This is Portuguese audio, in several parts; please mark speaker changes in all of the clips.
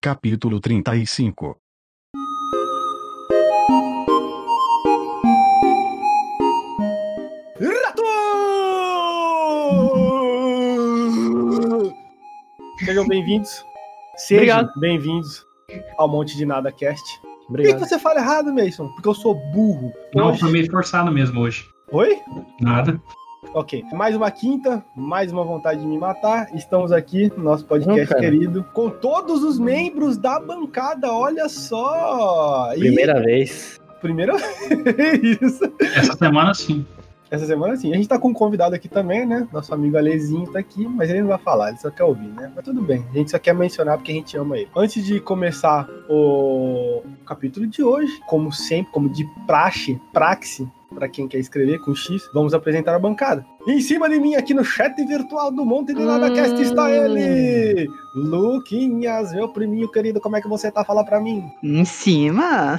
Speaker 1: Capítulo 35
Speaker 2: Rato! Sejam bem-vindos. Sejam
Speaker 3: Obrigado.
Speaker 2: bem-vindos ao Monte de Nada Cast. Por que que
Speaker 3: Obrigado.
Speaker 2: você fala errado, Mason? Porque eu sou burro.
Speaker 4: Não,
Speaker 2: Hoje-
Speaker 4: foi meio forçado mesmo hoje.
Speaker 2: Oi?
Speaker 4: Nada.
Speaker 2: Ok. Mais uma quinta, mais uma vontade de me matar. Estamos aqui no nosso
Speaker 3: Não,
Speaker 2: podcast
Speaker 3: cara.
Speaker 2: querido, com todos os membros da bancada, olha só! É E-
Speaker 3: Primeira vez.
Speaker 2: Primeira vez.
Speaker 4: Essa semana sim.
Speaker 2: Essa semana sim. A gente tá com um convidado aqui também, né? Nosso amigo Alezinho tá aqui, mas ele não vai falar, ele só quer ouvir, né? Mas tudo bem, a gente só quer mencionar porque a gente ama ele. Antes de começar o capítulo de hoje, como sempre, como de praxe, praxe, pra quem quer escrever com X, vamos apresentar a bancada. E em cima de mim, aqui no chat virtual do Monte de Nada Cast,
Speaker 5: Hum.
Speaker 2: está ele! Luquinhas, meu priminho querido, como é que você tá? Fala pra mim.
Speaker 5: Em cima?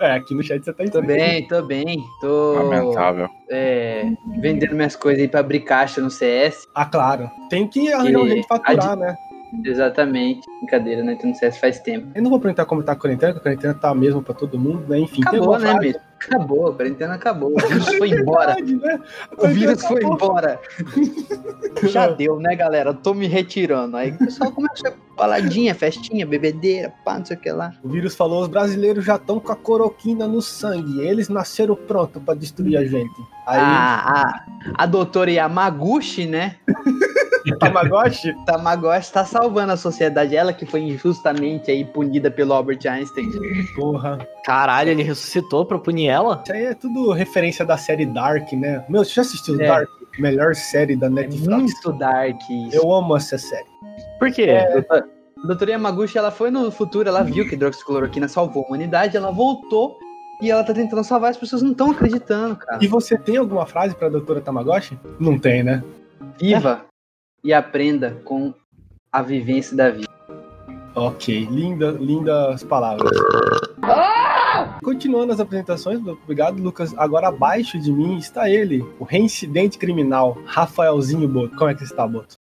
Speaker 2: É, aqui no chat você tá
Speaker 5: Tô
Speaker 2: entrando.
Speaker 5: bem, tô bem. Tô
Speaker 6: Lamentável.
Speaker 5: é, vendendo minhas coisas aí pra abrir caixa no CS.
Speaker 2: Ah, claro. Tem que arranjar um
Speaker 5: E
Speaker 2: jeito de faturar, né?
Speaker 5: Exatamente. Brincadeira, né? Tô no CS faz tempo.
Speaker 2: Eu não vou perguntar como tá a quarentena, porque a quarentena tá mesmo pra todo mundo, né? Enfim,
Speaker 5: Acabou,
Speaker 2: uma
Speaker 5: né,
Speaker 2: frase-
Speaker 5: mesmo? Acabou, a quarentena acabou. O vírus foi embora.
Speaker 2: é Verdade, né? A
Speaker 5: O
Speaker 2: quarentena
Speaker 5: vírus foi
Speaker 2: acabou.
Speaker 5: embora. Já deu, né, galera? Eu tô me retirando. Aí o pessoal começa a baladinha, festinha, bebedeira, pá, não sei o que lá.
Speaker 2: O vírus falou: os brasileiros já estão com a coroquina no sangue. Eles nasceram pronto pra destruir a gente. Aí,
Speaker 5: A, a, a doutora Yamaguchi, né?
Speaker 2: tá Tamagotchi?
Speaker 5: Tamagotchi tá salvando a sociedade. Ela que foi injustamente aí punida pelo Albert Einstein.
Speaker 2: Porra.
Speaker 3: Caralho, ele ressuscitou pra punir ela?
Speaker 2: Isso aí é tudo referência da série Dark, né? Meu, você já assistiu
Speaker 5: É.
Speaker 2: Dark? Melhor série da
Speaker 5: É
Speaker 2: Netflix.
Speaker 5: muito dark isso.
Speaker 2: Eu amo essa série.
Speaker 3: Por quê?
Speaker 5: A doutora Yamaguchi, ela foi no futuro, ela viu que hidroxicloroquina salvou a humanidade, ela voltou e ela tá tentando salvar, as pessoas não estão acreditando, cara.
Speaker 2: E você tem alguma frase pra doutora Tamagotchi? Não tem, né?
Speaker 5: Viva e aprenda com a vivência da vida.
Speaker 2: Ok, linda, lindas palavras. Continuando as apresentações, obrigado, Lucas. Agora abaixo de mim está ele, o reincidente criminal, Rafaelzinho Boto. Como é que você está, Boto?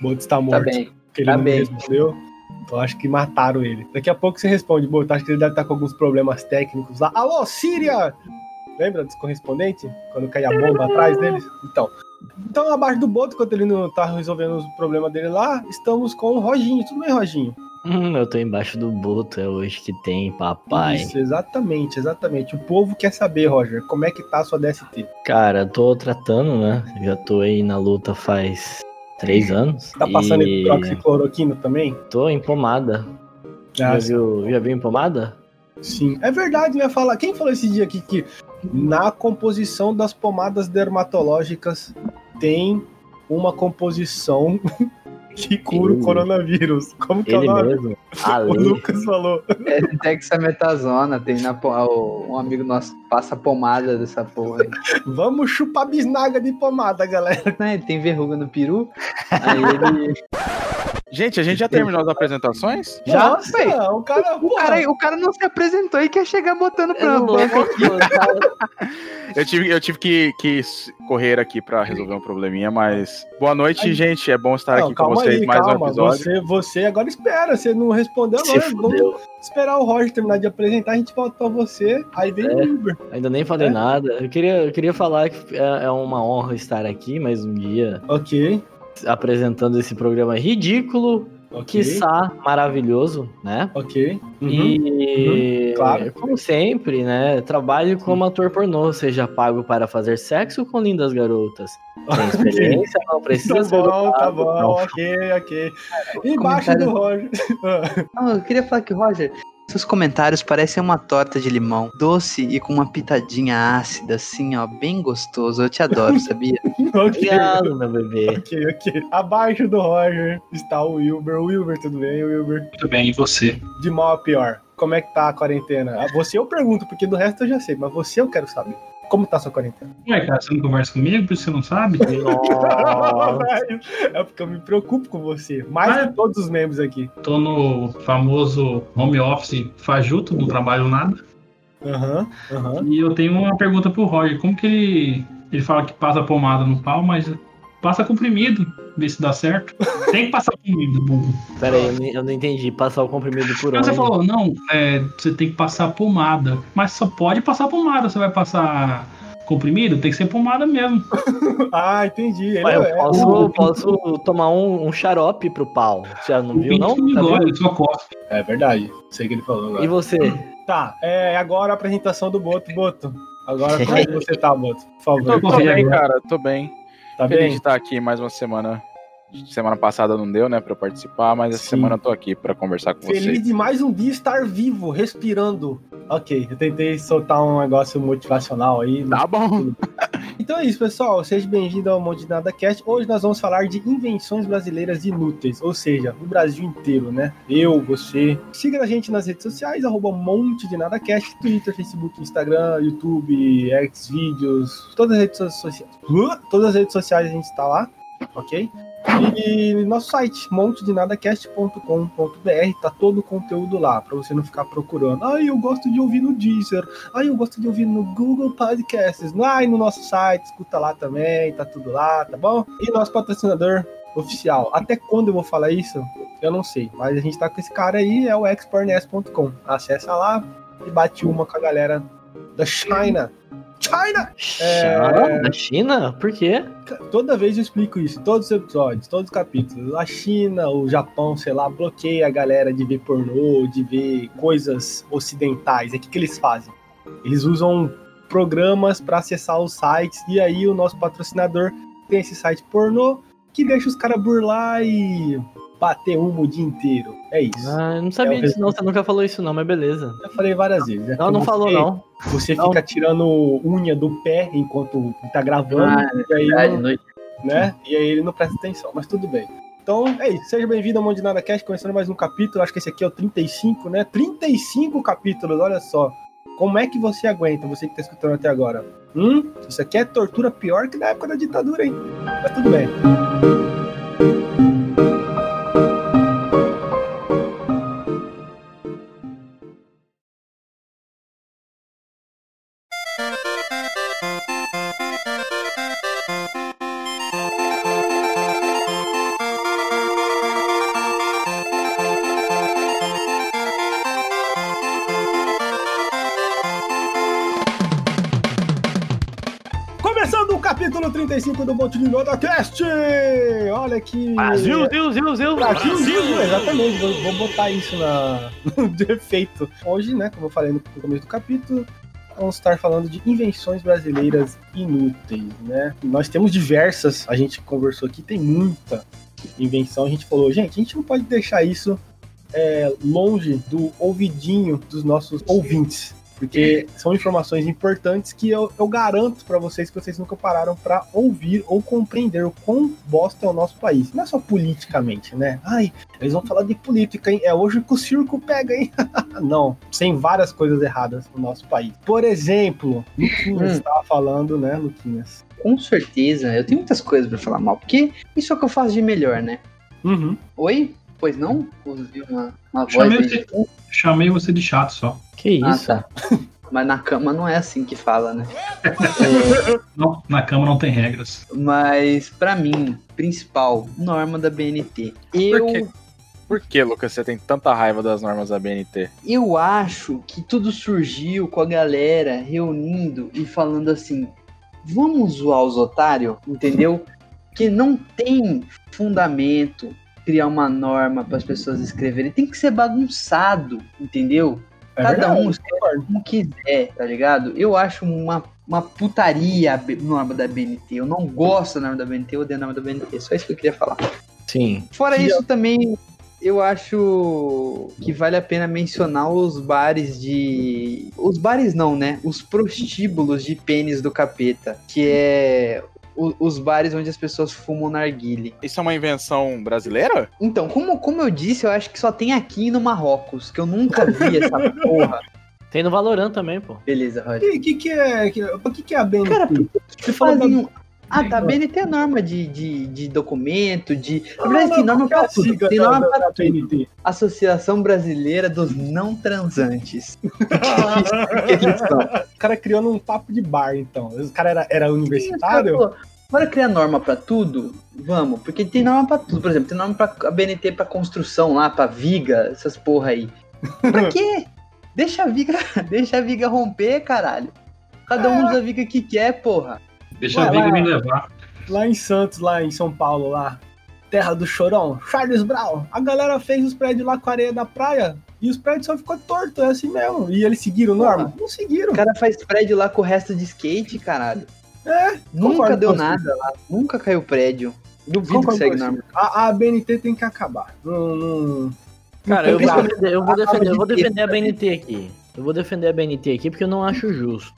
Speaker 2: Boto está
Speaker 5: Tá
Speaker 2: morto,
Speaker 5: bem.
Speaker 2: porque ele
Speaker 5: tá
Speaker 2: não me
Speaker 5: bem.
Speaker 2: respondeu. Então acho que mataram ele. Daqui a pouco você responde, Boto. Acho que ele deve estar com alguns problemas técnicos lá. Alô, Síria! Lembra dos correspondentes? Quando caía a bomba atrás deles? Então. Então, abaixo do Boto, enquanto ele não tá resolvendo o problema dele lá, estamos com o Roginho. Tudo bem, Roginho?
Speaker 3: Hum, eu tô embaixo do boto, é hoje que tem, papai.
Speaker 2: Isso, exatamente, exatamente. O povo quer saber, Roger, como é que tá a sua DST.
Speaker 3: Cara, tô tratando, né? Já tô aí na luta faz três anos.
Speaker 2: Tá passando
Speaker 3: e
Speaker 2: hidroxicloroquina também?
Speaker 3: Tô em pomada. já,
Speaker 2: Ah, sim.
Speaker 3: viu, já viu em pomada?
Speaker 2: sim. É verdade, né? Fala, quem falou esse dia aqui que na composição das pomadas dermatológicas tem uma composição que cura o
Speaker 3: Ele-
Speaker 2: coronavírus. Como que é o
Speaker 3: Ele
Speaker 2: nome?
Speaker 3: mesmo. Ale.
Speaker 2: O Lucas falou.
Speaker 5: É dexametasona, tem na po- o- um amigo nosso passa pomada dessa porra. aí.
Speaker 2: Vamos chupar bisnaga de pomada, galera.
Speaker 5: Né, Ele tem verruga no peru, aí ele...
Speaker 6: Gente, a gente já terminou as apresentações?
Speaker 5: Já? Ué,
Speaker 2: Nossa, o cara...
Speaker 5: O cara, o cara não se apresentou e quer chegar botando
Speaker 3: É
Speaker 5: pra
Speaker 3: louco, mano. tá
Speaker 6: Eu tive, eu tive que, que s- correr aqui pra resolver um probleminha, mas. Boa noite, gente. É bom estar
Speaker 2: Não,
Speaker 6: aqui com
Speaker 2: calma
Speaker 6: vocês
Speaker 2: aí,
Speaker 6: mais um
Speaker 2: calma.
Speaker 6: episódio.
Speaker 2: Você, você agora espera, você não respondeu
Speaker 3: Se
Speaker 2: agora. Vamos
Speaker 3: fudeu.
Speaker 2: esperar o Roger terminar de apresentar, a gente volta pra você, aí vem o
Speaker 3: É.
Speaker 2: Uber.
Speaker 3: Ainda nem falei
Speaker 2: É?
Speaker 3: nada. Eu queria, eu queria falar que é, é uma honra estar aqui mais um dia
Speaker 2: Ok,
Speaker 3: apresentando esse programa ridículo,
Speaker 2: ok,
Speaker 3: quiçá maravilhoso, né?
Speaker 2: ok. Uhum.
Speaker 3: E,
Speaker 2: claro.
Speaker 3: como sempre, né? Trabalho como ator pornô, seja pago para fazer sexo com lindas garotas. Tem experiência, não
Speaker 2: Tá
Speaker 3: precisa ser
Speaker 2: bom, tá
Speaker 3: pago,
Speaker 2: bom,
Speaker 3: não.
Speaker 2: ok, ok. Embaixo do Roger.
Speaker 5: Não, eu queria falar que, Roger, seus comentários parecem uma torta de limão, doce e com uma pitadinha ácida, assim, ó, bem gostoso. Eu te adoro, sabia?
Speaker 2: ok,
Speaker 3: Obrigado, meu bebê.
Speaker 2: ok, ok. Abaixo do Roger está o Wilber. Wilber, tudo bem, Wilber?
Speaker 4: Muito bem, e você?
Speaker 2: De mal a pior, como é que tá a quarentena? Ah, Você eu pergunto, porque do resto eu já sei, mas você eu quero saber. Como tá a sua quarentena?
Speaker 4: Ué, cara, você não conversa comigo, por isso você não sabe?
Speaker 3: Nossa.
Speaker 2: é porque eu me preocupo com você, mais
Speaker 4: Ah,
Speaker 2: que todos os membros aqui.
Speaker 4: Tô no famoso home office fajuto, não trabalho nada.
Speaker 2: Aham, aham.
Speaker 4: E eu tenho uma pergunta pro Roger. Como que ele. Ele fala que passa pomada no pau, mas Passa comprimido, vê se dá certo. Tem que passar comprimido, burro.
Speaker 3: Pera aí, eu não- eu não entendi. Passar o comprimido por
Speaker 4: Então
Speaker 3: onde?
Speaker 4: você falou, não, é, você tem que passar pomada. Mas só pode passar pomada, você vai passar comprimido? Tem que ser pomada mesmo.
Speaker 2: Ah, entendi. Ele
Speaker 3: Ué,
Speaker 2: é,
Speaker 3: eu posso,
Speaker 4: o-
Speaker 3: posso tomar um, um xarope pro pau. Já não
Speaker 4: O
Speaker 3: viu, não?
Speaker 4: pinto não
Speaker 3: Tá vendo?
Speaker 4: engole, só cospe.
Speaker 2: é verdade. Sei o que ele falou agora.
Speaker 3: E você?
Speaker 2: Tá, é agora a apresentação do Boto. Boto, agora como é que você tá, Boto? Por favor.
Speaker 6: Tô, tô bem, né? cara, tô bem.
Speaker 2: Tá
Speaker 6: Feliz de
Speaker 2: bem?
Speaker 6: estar aqui mais uma semana. Semana passada não deu, né, pra eu participar, mas essa
Speaker 2: Sim.
Speaker 6: semana eu tô aqui pra conversar com
Speaker 2: Feliz
Speaker 6: vocês.
Speaker 2: de mais um dia estar vivo, respirando. Ok, eu tentei soltar um negócio motivacional aí. mas-
Speaker 6: Tá bom.
Speaker 2: Então é isso, pessoal. Seja bem-vindo ao Monte de Nada Cast. Hoje nós vamos falar de invenções brasileiras inúteis, ou seja, o Brasil inteiro, né? Eu, você. Siga a gente nas redes sociais, arroba Monte de Nada Cast, Twitter, Facebook, Instagram, YouTube, Xvideos, todas as redes so- sociais. Hã? Todas as redes sociais a gente está lá, ok? E nosso site, montedinadacast.com.br, tá todo o conteúdo lá, pra você não ficar procurando. Ah, eu gosto de ouvir no Deezer, Ai, eu gosto de ouvir no Google Podcasts. Ai, no nosso site, escuta lá também, tá tudo lá, tá bom? E nosso patrocinador oficial. Até quando eu vou falar isso? Eu não sei, mas a gente tá com esse cara aí, é o expornes.com. Acessa lá e bate uma com a galera da China. China!
Speaker 3: Xarope Da China? Por quê?
Speaker 2: Toda vez eu explico isso, todos os episódios, todos os capítulos. A China, o Japão, sei lá, bloqueia a galera de ver pornô, de ver coisas ocidentais. É o que, que eles fazem? Eles usam programas para acessar os sites e aí o nosso patrocinador tem esse site pornô que deixa os caras burlar e bater uma o dia inteiro. É isso.
Speaker 3: Ah, eu não
Speaker 2: É
Speaker 3: sabia
Speaker 2: o
Speaker 3: disso, não. Você nunca falou isso, não, mas beleza.
Speaker 2: Eu falei várias vezes. né?
Speaker 3: Não, não
Speaker 2: Você-
Speaker 3: falou, não.
Speaker 2: Você
Speaker 3: Não.
Speaker 2: fica tirando unha do pé enquanto tá gravando.
Speaker 5: Ah,
Speaker 2: e aí não-
Speaker 5: Verdade, noite.
Speaker 2: né? E aí ele não presta atenção, mas tudo bem. Então é isso, seja bem-vindo ao Mundo de Nada Cast, começando mais um capítulo, acho que esse aqui é o 35, né? 35 capítulos, olha só. Como é que você aguenta, você que tá escutando até agora? Hum? Isso aqui é tortura pior que na época da ditadura, hein? Mas tudo bem. Começando o capítulo 35 do Monte de Nada Cast! Olha que...
Speaker 6: Brasil, Deus, Deus, Deus.
Speaker 2: Brasil, Brasil, exatamente, vou, vou botar isso na, de efeito. Hoje, né, como eu falei no começo do capítulo, vamos estar falando de invenções brasileiras inúteis, né? Nós temos diversas, a gente conversou aqui, tem muita invenção. A gente falou, gente, a gente não pode deixar isso é, longe do ouvidinho dos nossos ouvintes. Porque são informações importantes que eu, eu garanto pra vocês que vocês nunca pararam pra ouvir ou compreender o quão bosta é o nosso país. Não é só politicamente, né? Ai, eles vão falar de política, hein? É hoje que o circo pega, hein? Não, tem várias coisas erradas no nosso país. Por exemplo, Luquinhas estava falando, né, Luquinhas?
Speaker 5: Com certeza, eu tenho muitas coisas pra falar mal, porque isso é o que eu faço de melhor, né?
Speaker 2: Uhum.
Speaker 5: Oi? Pois não? Ouvi uma, uma voz.
Speaker 4: Chamei
Speaker 5: aí.
Speaker 4: você, chamei você de chato só.
Speaker 3: Que
Speaker 5: Ah,
Speaker 3: isso?
Speaker 5: tá. Mas na cama não é assim que fala, né? É,
Speaker 4: Não, na cama não tem regras.
Speaker 5: Mas pra mim, principal, norma da BNT. Eu
Speaker 6: quê? Por que, Lucas, você tem tanta raiva das normas da BNT?
Speaker 5: eu acho que tudo surgiu com a galera reunindo e falando assim: vamos zoar os otários, entendeu? Que não tem fundamento criar uma norma para as pessoas escreverem. Tem que ser bagunçado, entendeu?
Speaker 2: É
Speaker 5: Cada um
Speaker 2: verdade, concordo.
Speaker 5: como quiser, tá ligado? Eu acho uma, uma putaria a B- norma da BNT. Eu não gosto da norma da BNT, eu odeio a norma da BNT. Só isso que eu queria falar.
Speaker 3: Sim.
Speaker 5: Fora
Speaker 2: Que é-
Speaker 5: isso, também eu acho que vale a pena mencionar os bares de. Os bares não, né? Os prostíbulos de pênis do capeta. Que é o- os bares onde as pessoas fumam narguile.
Speaker 6: Isso é uma invenção brasileira?
Speaker 5: Então, como, como eu disse, eu acho que só tem aqui no Marrocos, que eu nunca vi essa porra.
Speaker 3: Tem no Valorant também, pô.
Speaker 5: Beleza, Roger.
Speaker 2: Que, que que é, que, o que que é a BNT?
Speaker 5: Cara, por
Speaker 2: Você falou
Speaker 5: Fazem
Speaker 2: da-
Speaker 5: um... Ah, tá. BNT é norma de, de, de documento, de. Na
Speaker 2: Não,
Speaker 5: verdade, tem
Speaker 2: não,
Speaker 5: norma
Speaker 2: que é a
Speaker 5: pra tudo.
Speaker 2: sigla
Speaker 5: assim, Tem
Speaker 2: da-
Speaker 5: norma
Speaker 2: da-
Speaker 5: pra
Speaker 2: da
Speaker 5: tudo.
Speaker 2: PNT.
Speaker 5: Associação Brasileira dos Não Transantes. Que eles são.
Speaker 2: O cara criando um papo de bar, então. O cara era, era universitário?
Speaker 5: Os caras Bora criar norma pra tudo? Vamos, porque tem norma pra tudo. Por exemplo, tem norma pra BNT pra construção lá, pra viga, essas porra aí. Pra quê? Deixa a viga, deixa a viga romper, caralho. Cada
Speaker 2: É.
Speaker 5: um usa a viga que quer, porra.
Speaker 4: Deixa
Speaker 2: Ué,
Speaker 4: a vida
Speaker 2: lá.
Speaker 4: me levar.
Speaker 2: Lá em Santos, lá em São Paulo, lá, terra do chorão, Charles Brown, a galera fez os prédios lá com a areia da praia e os prédios só ficou torto, é assim mesmo. E eles seguiram norma? Não seguiram.
Speaker 5: O cara faz prédio lá com o resto de skate, caralho.
Speaker 2: É,
Speaker 5: Nunca
Speaker 2: concordo
Speaker 5: deu
Speaker 2: com você.
Speaker 5: nada lá, nunca caiu prédio. Duvido que
Speaker 2: Concordo
Speaker 5: segue
Speaker 2: com
Speaker 5: norma.
Speaker 2: é A, a BNT tem que acabar. Não, não-
Speaker 3: Cara,
Speaker 2: tem
Speaker 3: eu vou,
Speaker 2: nada.
Speaker 3: defender, eu, vou
Speaker 2: Acaba
Speaker 3: defender, eu
Speaker 2: de
Speaker 3: vou
Speaker 2: ter.
Speaker 3: defender a BNT aqui. Eu vou defender a BNT aqui porque eu não acho justo.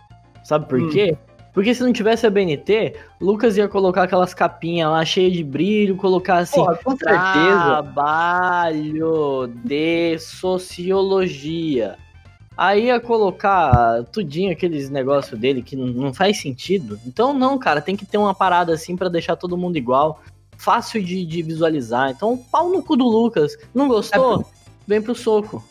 Speaker 3: Sabe por
Speaker 2: Hum.
Speaker 3: quê? Porque se não tivesse a BNT, Lucas ia colocar aquelas capinhas lá cheias de brilho, colocar assim.
Speaker 5: Porra, com certeza.
Speaker 3: Trabalho de sociologia. Aí ia colocar tudinho aqueles negócios dele que não- não faz sentido. Então, não, cara, tem que ter uma parada assim pra deixar todo mundo igual. Fácil de, de visualizar. Então, pau no cu do Lucas. Não gostou? Vem pro soco.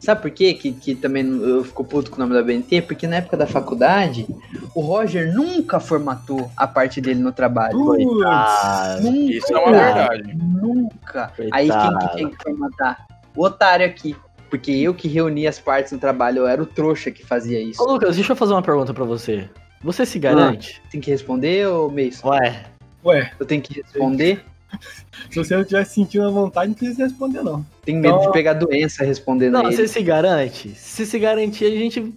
Speaker 5: Sabe por quê? Que, que também eu fico puto com o nome da BNT? Porque na época da faculdade, o Roger nunca formatou a parte dele no trabalho.
Speaker 3: Ah,
Speaker 5: Nunca.
Speaker 6: Isso é uma verdade.
Speaker 5: Nunca.
Speaker 3: Coitado.
Speaker 5: Aí quem que tinha que formatar? O otário aqui. Porque eu que reuni as partes no trabalho, eu era o trouxa que fazia
Speaker 3: Ô,
Speaker 5: isso.
Speaker 3: Lucas, deixa eu fazer uma pergunta pra você. Você se garante?
Speaker 5: Tem que responder, ô Mason?
Speaker 3: Ué,
Speaker 2: Ué,
Speaker 5: Eu tenho que responder?
Speaker 2: se você não tivesse sentindo a vontade, não precisa responder, não.
Speaker 5: Tenho medo
Speaker 2: Então-
Speaker 5: de pegar doença respondendo
Speaker 3: não,
Speaker 5: a ele.
Speaker 3: você se garante? Se se garantir, a gente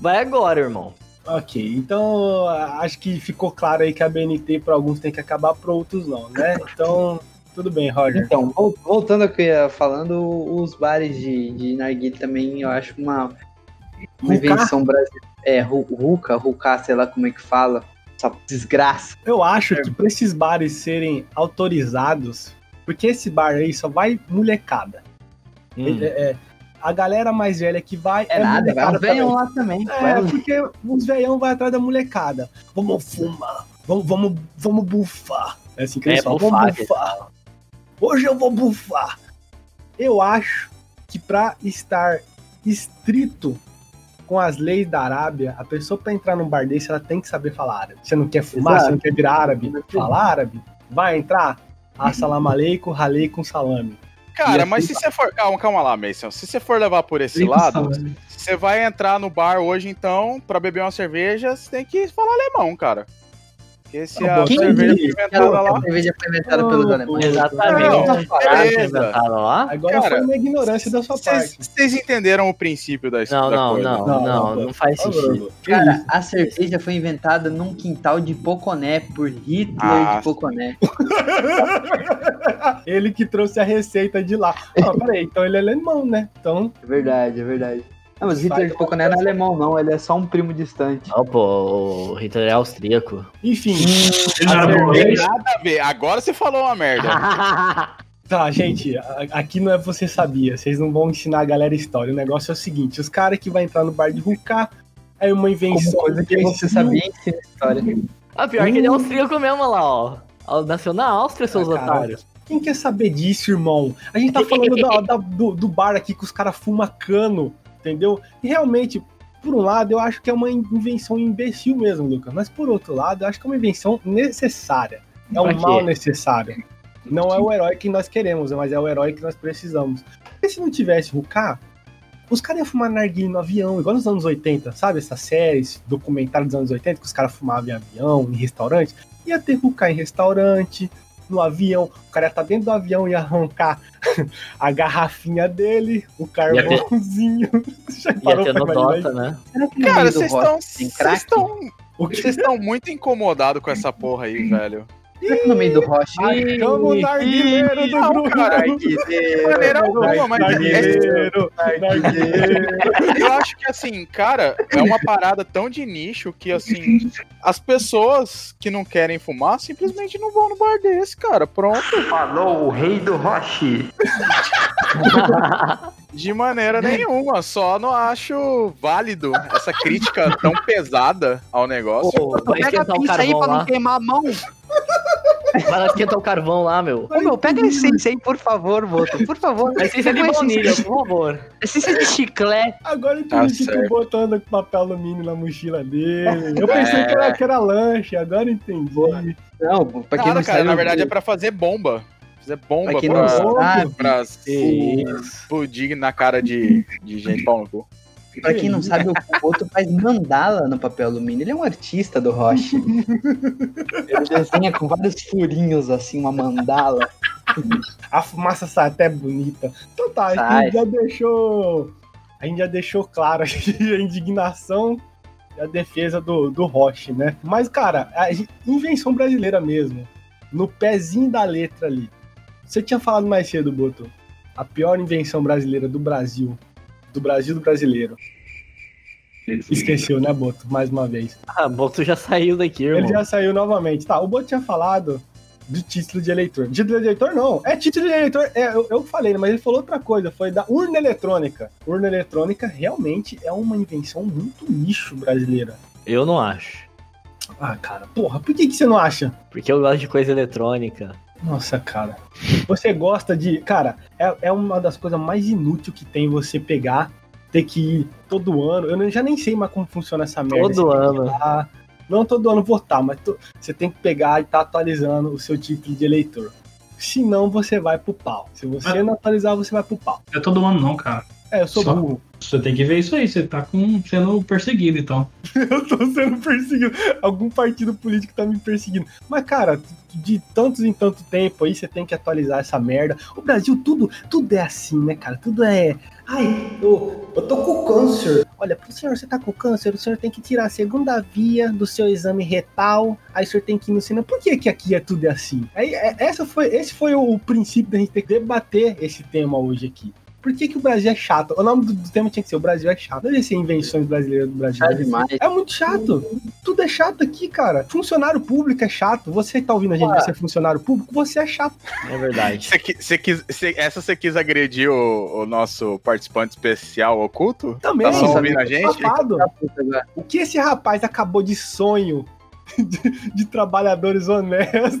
Speaker 3: vai agora, irmão.
Speaker 2: Ok, então a- acho que ficou claro aí que a BNT para alguns tem que acabar, para outros não, né? Então, tudo bem, Roger.
Speaker 5: Então, vol- voltando ao que eu ia falando, os bares de, de narguilé também eu acho uma,
Speaker 2: Rucá?
Speaker 5: uma invenção brasileira. É, ru- ruca, ruca, sei lá como é que fala. Essa desgraça.
Speaker 2: Eu acho que para esses bares serem autorizados, porque esse bar aí só vai molecada.
Speaker 3: Hum.
Speaker 2: É, é, a galera mais velha que vai
Speaker 5: É, nada, vai
Speaker 2: molecada
Speaker 5: um velhão
Speaker 2: também.
Speaker 5: lá também.
Speaker 2: É,
Speaker 5: vai um-
Speaker 2: porque os velhão vai atrás da molecada. Vamos fumar, vamos, vamos, vamos bufar. É assim que eles
Speaker 3: É,
Speaker 2: falam,
Speaker 3: bufar,
Speaker 2: vamos
Speaker 3: que eles
Speaker 2: bufar. Hoje eu vou bufar. Eu acho que pra estar estrito com as leis da Arábia, a pessoa pra entrar num bar desse, ela tem que saber falar árabe. Você não quer fumar,
Speaker 5: Exato.
Speaker 2: você não quer virar árabe, fala árabe. Vai entrar? Assalamu alaikum, ralei com salame.
Speaker 6: Cara,
Speaker 2: Ia
Speaker 6: mas
Speaker 2: ser-
Speaker 6: se você for. Calma, calma lá, Mason. Se você for levar por esse
Speaker 4: Tem que
Speaker 6: lado,
Speaker 4: saber.
Speaker 6: você vai entrar no bar hoje, então, pra beber uma cerveja, você tem que falar alemão, cara. Porque se
Speaker 2: Tá
Speaker 6: a
Speaker 2: bom.
Speaker 6: cerveja
Speaker 2: Quem
Speaker 6: foi inventada
Speaker 5: Ela-
Speaker 6: lá.
Speaker 5: A cerveja foi inventada pelos
Speaker 2: Oh,
Speaker 5: alemães.
Speaker 3: Exatamente.
Speaker 6: Não,
Speaker 3: Uma parada
Speaker 6: beleza.
Speaker 3: inventada lá?
Speaker 2: Agora
Speaker 6: Cara,
Speaker 2: foi uma ignorância da sua
Speaker 6: Vocês
Speaker 2: parte.
Speaker 6: vocês entenderam o princípio da
Speaker 3: Não,
Speaker 6: história?
Speaker 3: não, não, não,
Speaker 2: Não,
Speaker 3: não,
Speaker 2: não.
Speaker 3: faz
Speaker 2: Ô,
Speaker 3: sentido.
Speaker 2: Bruno, que
Speaker 5: Cara,
Speaker 2: isso?
Speaker 5: a cerveja foi inventada num quintal de Poconé por Hitler
Speaker 6: Ah,
Speaker 5: de Poconé.
Speaker 2: Ele que trouxe a receita de lá. Ah, peraí, então ele é alemão, né? Então,
Speaker 5: É verdade, é verdade. Não, mas
Speaker 2: Sai
Speaker 5: Hitler de
Speaker 2: da
Speaker 5: Poconé não é alemão, não. Ele é só um primo distante.
Speaker 3: Não, pô, o Hitler é austríaco.
Speaker 2: enfim.
Speaker 4: Ele não era
Speaker 2: Acertei.
Speaker 4: polonês?
Speaker 6: Nada a ver. Agora você falou uma
Speaker 5: Ah,
Speaker 6: merda.
Speaker 2: Tá, gente, a- aqui não é você sabia. Vocês não vão ensinar a galera história. O negócio é o seguinte: os caras que vai entrar no bar de Ruká é uma
Speaker 5: Como
Speaker 2: invenção.
Speaker 5: coisa que você sabia ensina história.
Speaker 3: ah, pior que ele é austríaco mesmo lá, ó. Ó, Nasceu na Áustria, seus
Speaker 2: Ah, caralho.
Speaker 3: otários.
Speaker 2: Quem quer saber disso, irmão? A gente tá falando da- da- do, do bar aqui que os caras fumam cano, entendeu? E realmente, por um lado, eu acho que é uma invenção imbecil mesmo, Lucas. Mas por outro lado, eu acho que é uma invenção necessária. É
Speaker 3: Pra
Speaker 2: um
Speaker 3: quê?
Speaker 2: mal necessário. Não é o herói que nós queremos, mas é o herói que nós precisamos. Porque se não tivesse Ruká, os caras iam fumar narguilé no avião, igual nos anos 80, sabe? Essas séries, documentários dos anos 80, que os caras fumavam em avião, em restaurante. Ia ter Ruká em restaurante, no avião. O cara ia estar dentro do avião e arrancar a garrafinha dele, o carvãozinho. Já
Speaker 3: Ia
Speaker 2: parou
Speaker 3: ter
Speaker 2: pra
Speaker 3: no
Speaker 2: imaginar
Speaker 3: Dota, né?
Speaker 5: Será que no
Speaker 6: Cara,
Speaker 5: meio do
Speaker 6: vocês
Speaker 5: rock
Speaker 6: estão.
Speaker 5: tem
Speaker 6: Vocês
Speaker 5: crack?
Speaker 6: estão.
Speaker 2: O que
Speaker 6: Vocês estão muito incomodados com essa porra aí, velho.
Speaker 5: Será que no meio do rock
Speaker 2: Achamos o narguileiro do
Speaker 6: Não,
Speaker 2: grupo.
Speaker 6: cara,
Speaker 5: É,
Speaker 6: de maneira alguma, mas é
Speaker 2: Narguileiro, narguileiro.
Speaker 6: eu acho que assim, cara, é uma parada tão de nicho que assim, as pessoas que não querem fumar simplesmente não vão no bar desse, cara. Pronto.
Speaker 7: Falou o rei do Roche.
Speaker 6: De maneira nenhuma. Só não acho válido essa crítica tão pesada ao negócio.
Speaker 3: Pô, vai esquentar o carvão lá.
Speaker 5: queimar a mão.
Speaker 3: Vai lá esquentar o carvão lá, meu.
Speaker 8: Ô, meu, pega esse sense aí, por favor, Boto. Por favor.
Speaker 3: Mas sem ser de
Speaker 8: Pega esse
Speaker 3: baunilha,
Speaker 8: sense-
Speaker 3: por favor.
Speaker 8: Esse sense de chiclete.
Speaker 2: Agora eu
Speaker 6: Tá
Speaker 2: entendi que o
Speaker 6: certo.
Speaker 2: Boto anda com papel alumínio na mochila dele. Eu pensei
Speaker 6: É.
Speaker 2: que, era, que era lanche, agora eu entendi.
Speaker 5: Não, pra quem
Speaker 6: Nada,
Speaker 5: não
Speaker 6: cara,
Speaker 5: sabe.
Speaker 6: na verdade
Speaker 5: o-
Speaker 6: é pra fazer bomba. Fazer bomba
Speaker 5: pra quem
Speaker 6: pra,
Speaker 5: não sabe,
Speaker 6: pra
Speaker 3: Isso.
Speaker 6: explodir na cara de, de gente pau no cu.
Speaker 5: Pra quem não sabe, o Boto faz mandala no papel alumínio. Ele é um artista do Roche. Ele desenha com vários furinhos, assim, uma mandala.
Speaker 2: A fumaça sai até bonita. Então tá, a
Speaker 5: Sai.
Speaker 2: gente já deixou. A gente já deixou claro aqui a indignação e a defesa do, do Roche, né? Mas, cara, a gen- invenção brasileira mesmo. No pezinho da letra ali. Você tinha falado mais cedo, Boto. A pior invenção brasileira do Brasil. Do Brasil do brasileiro. Esqueceu, né, Boto? Mais uma vez.
Speaker 3: Ah, bom, tu já saiu daqui, irmão.
Speaker 2: Ele já saiu novamente. Tá, o Boto tinha falado do título de eleitor. Título de eleitor não. É título de eleitor. É, eu, eu falei, né, mas ele falou outra coisa. Foi da urna eletrônica. Urna eletrônica realmente é uma invenção muito lixo brasileira.
Speaker 3: Eu não acho.
Speaker 2: Ah, cara, porra, por que, que você não acha?
Speaker 3: Porque eu gosto de coisa eletrônica.
Speaker 2: Nossa, cara. Você gosta de. Cara, é, é uma das coisas mais inúteis que tem você pegar, ter que ir todo ano. Eu não- já nem sei mais como funciona essa merda.
Speaker 3: Todo
Speaker 2: Você tem que
Speaker 3: ano.
Speaker 2: ir lá- Não todo ano votar, mas to- você tem que pegar e tá atualizando o seu título de eleitor. Senão você vai pro pau. Se você não atualizar, você vai pro pau.
Speaker 4: Não é todo ano, não, cara.
Speaker 2: É, eu sou
Speaker 4: Só-
Speaker 2: burro.
Speaker 4: Você tem que ver isso aí, você tá com, sendo perseguido, então.
Speaker 2: Eu tô sendo perseguido. Algum partido político tá me perseguindo. Mas, cara, de tantos em tanto tempo aí, você tem que atualizar essa merda. O Brasil, tudo, tudo é assim, né, cara? Tudo é. Ai, eu, eu tô com câncer. Olha, pro senhor, você tá com câncer, o senhor tem que tirar a segunda via do seu exame retal, aí o senhor tem que ir no cinema. Por que que aqui é tudo é assim? Aí, é- essa foi, esse foi o, o princípio da gente ter que debater esse tema hoje aqui. Por que, que o Brasil é chato? O nome do, do tema tinha que ser O Brasil é chato. Não ia ser invenções brasileiras do Brasil.
Speaker 5: Sabe Tá demais.
Speaker 2: É muito chato. Tudo é chato aqui, cara. Funcionário público é chato. Você que tá ouvindo a gente, você é funcionário público, você é chato.
Speaker 3: É verdade.
Speaker 6: Você, qui- você quis, você- essa você quis agredir o, o nosso participante especial oculto?
Speaker 2: Também.
Speaker 6: Tá só
Speaker 5: Não,
Speaker 6: ouvindo a gente?
Speaker 2: Safado. O que esse rapaz acabou de sonho de, de trabalhadores honestos?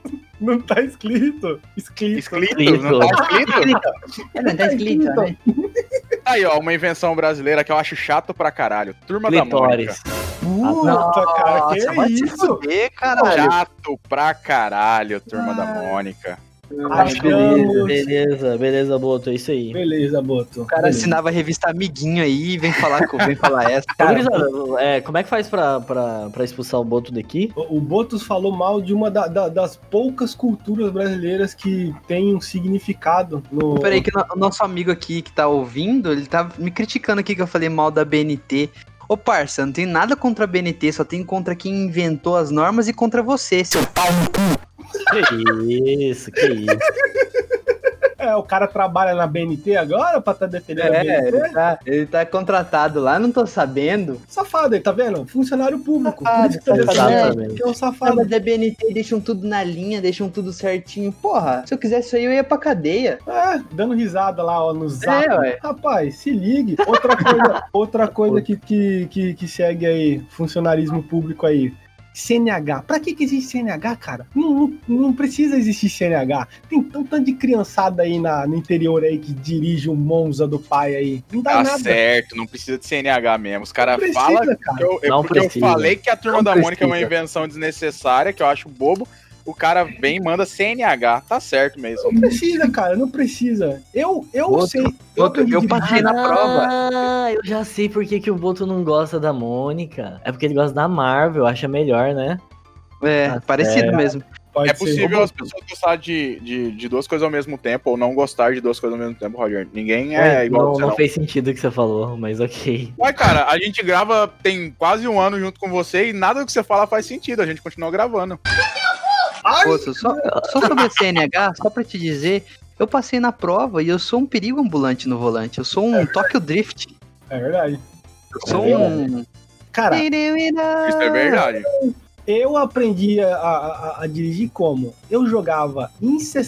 Speaker 2: Não tá escrito. Escrito.
Speaker 6: Escrito? Não tá escrito?
Speaker 5: É, não tá escrito, né?
Speaker 6: Tá Aí, ó, uma invenção brasileira que eu acho chato pra caralho. Turma
Speaker 3: Clitóris.
Speaker 2: Puta, cara, que é
Speaker 8: Nossa, vai
Speaker 5: tipo,
Speaker 8: se
Speaker 2: isso?
Speaker 8: fuder,
Speaker 6: da Mônica.
Speaker 8: caralho.
Speaker 6: Chato pra caralho, Turma da
Speaker 2: Ah,
Speaker 6: Mônica.
Speaker 5: é
Speaker 2: Achamos.
Speaker 3: Beleza, beleza, Boto, é isso aí.
Speaker 2: Beleza, Boto.
Speaker 8: O cara assinava a revista Amiguinho aí, vem falar, com- vem falar essa.
Speaker 3: Ô, gurizada, é, como é que faz pra, pra, pra expulsar o Boto daqui?
Speaker 2: O o Botos falou mal de uma da- da- das poucas culturas brasileiras que tem um significado no.
Speaker 8: Peraí, que no- o nosso amigo aqui que tá ouvindo, ele tá me criticando aqui que eu falei mal da BNT. Ô, parça, não tem nada contra a BNT, só tem contra quem inventou as normas e contra você, seu pau.
Speaker 3: Que isso, que isso.
Speaker 2: É, o cara trabalha na BNT agora pra tá defendendo a
Speaker 5: É,
Speaker 2: BNT?
Speaker 5: ele tá, ele tá contratado lá, não tô sabendo.
Speaker 2: Safado aí, tá vendo? Funcionário público.
Speaker 5: Ah,
Speaker 2: Por isso que tá
Speaker 3: Exatamente.
Speaker 2: defendendo, porque é um
Speaker 5: Fala
Speaker 2: safado.
Speaker 5: da BNT, deixam tudo na linha, deixam tudo certinho. Porra, se eu quisesse isso aí, eu ia pra cadeia.
Speaker 2: É, dando risada lá, ó, no zap.
Speaker 5: É, ué.
Speaker 2: Rapaz, se ligue. Outra coisa, outra coisa que, que, que, que segue aí, funcionarismo público aí. CNH. Pra que, que existe CNH, cara? Não, não, não precisa existir CNH. Tem tanto tanto de criançada aí na, no interior aí que dirige o Monza do pai aí. Não dá
Speaker 6: Tá
Speaker 2: nada.
Speaker 6: certo, não precisa de CNH mesmo. Os caras
Speaker 2: Não
Speaker 6: falam
Speaker 2: precisa, cara.
Speaker 6: que eu, é
Speaker 3: Não
Speaker 6: porque eu
Speaker 3: precisa.
Speaker 6: falei que a Turma
Speaker 5: Não
Speaker 6: da Mônica é uma
Speaker 5: precisa.
Speaker 6: invenção desnecessária, que eu acho bobo. O cara vem e manda CNH. Tá certo mesmo.
Speaker 2: Não precisa, cara. Não precisa. Eu, eu
Speaker 8: Outro-
Speaker 2: sei.
Speaker 8: outro-
Speaker 2: que
Speaker 8: eu
Speaker 2: dirijo-
Speaker 8: passei na prova.
Speaker 3: Ah, eu já sei por que, que o Boto não gosta da Mônica. É porque ele gosta da Marvel, acha melhor, né?
Speaker 8: É,
Speaker 3: Tá
Speaker 8: parecido
Speaker 3: certo.
Speaker 8: mesmo.
Speaker 2: Pode
Speaker 6: é
Speaker 2: ser.
Speaker 6: possível as pessoas gostarem de, de, de duas coisas ao mesmo tempo, ou não gostar de duas coisas ao mesmo tempo, Roger. Ninguém é
Speaker 3: Ué,
Speaker 6: igual a
Speaker 3: não,
Speaker 6: você,
Speaker 3: não
Speaker 6: não.
Speaker 3: fez sentido o que você falou, mas ok.
Speaker 6: Ué, cara, a gente grava tem quase um ano junto com você e nada do que você fala faz sentido, a gente continua gravando.
Speaker 2: Ai,
Speaker 8: Pô, só, só sobre a CNH, só pra te dizer, eu passei na prova e eu sou um perigo ambulante no volante. Eu sou um Tokyo Drift.
Speaker 2: É verdade.
Speaker 8: Eu sou um.
Speaker 2: Cara,
Speaker 6: Isso
Speaker 2: Ah,
Speaker 6: é verdade.
Speaker 2: eu aprendi a, a- a dirigir como? Eu jogava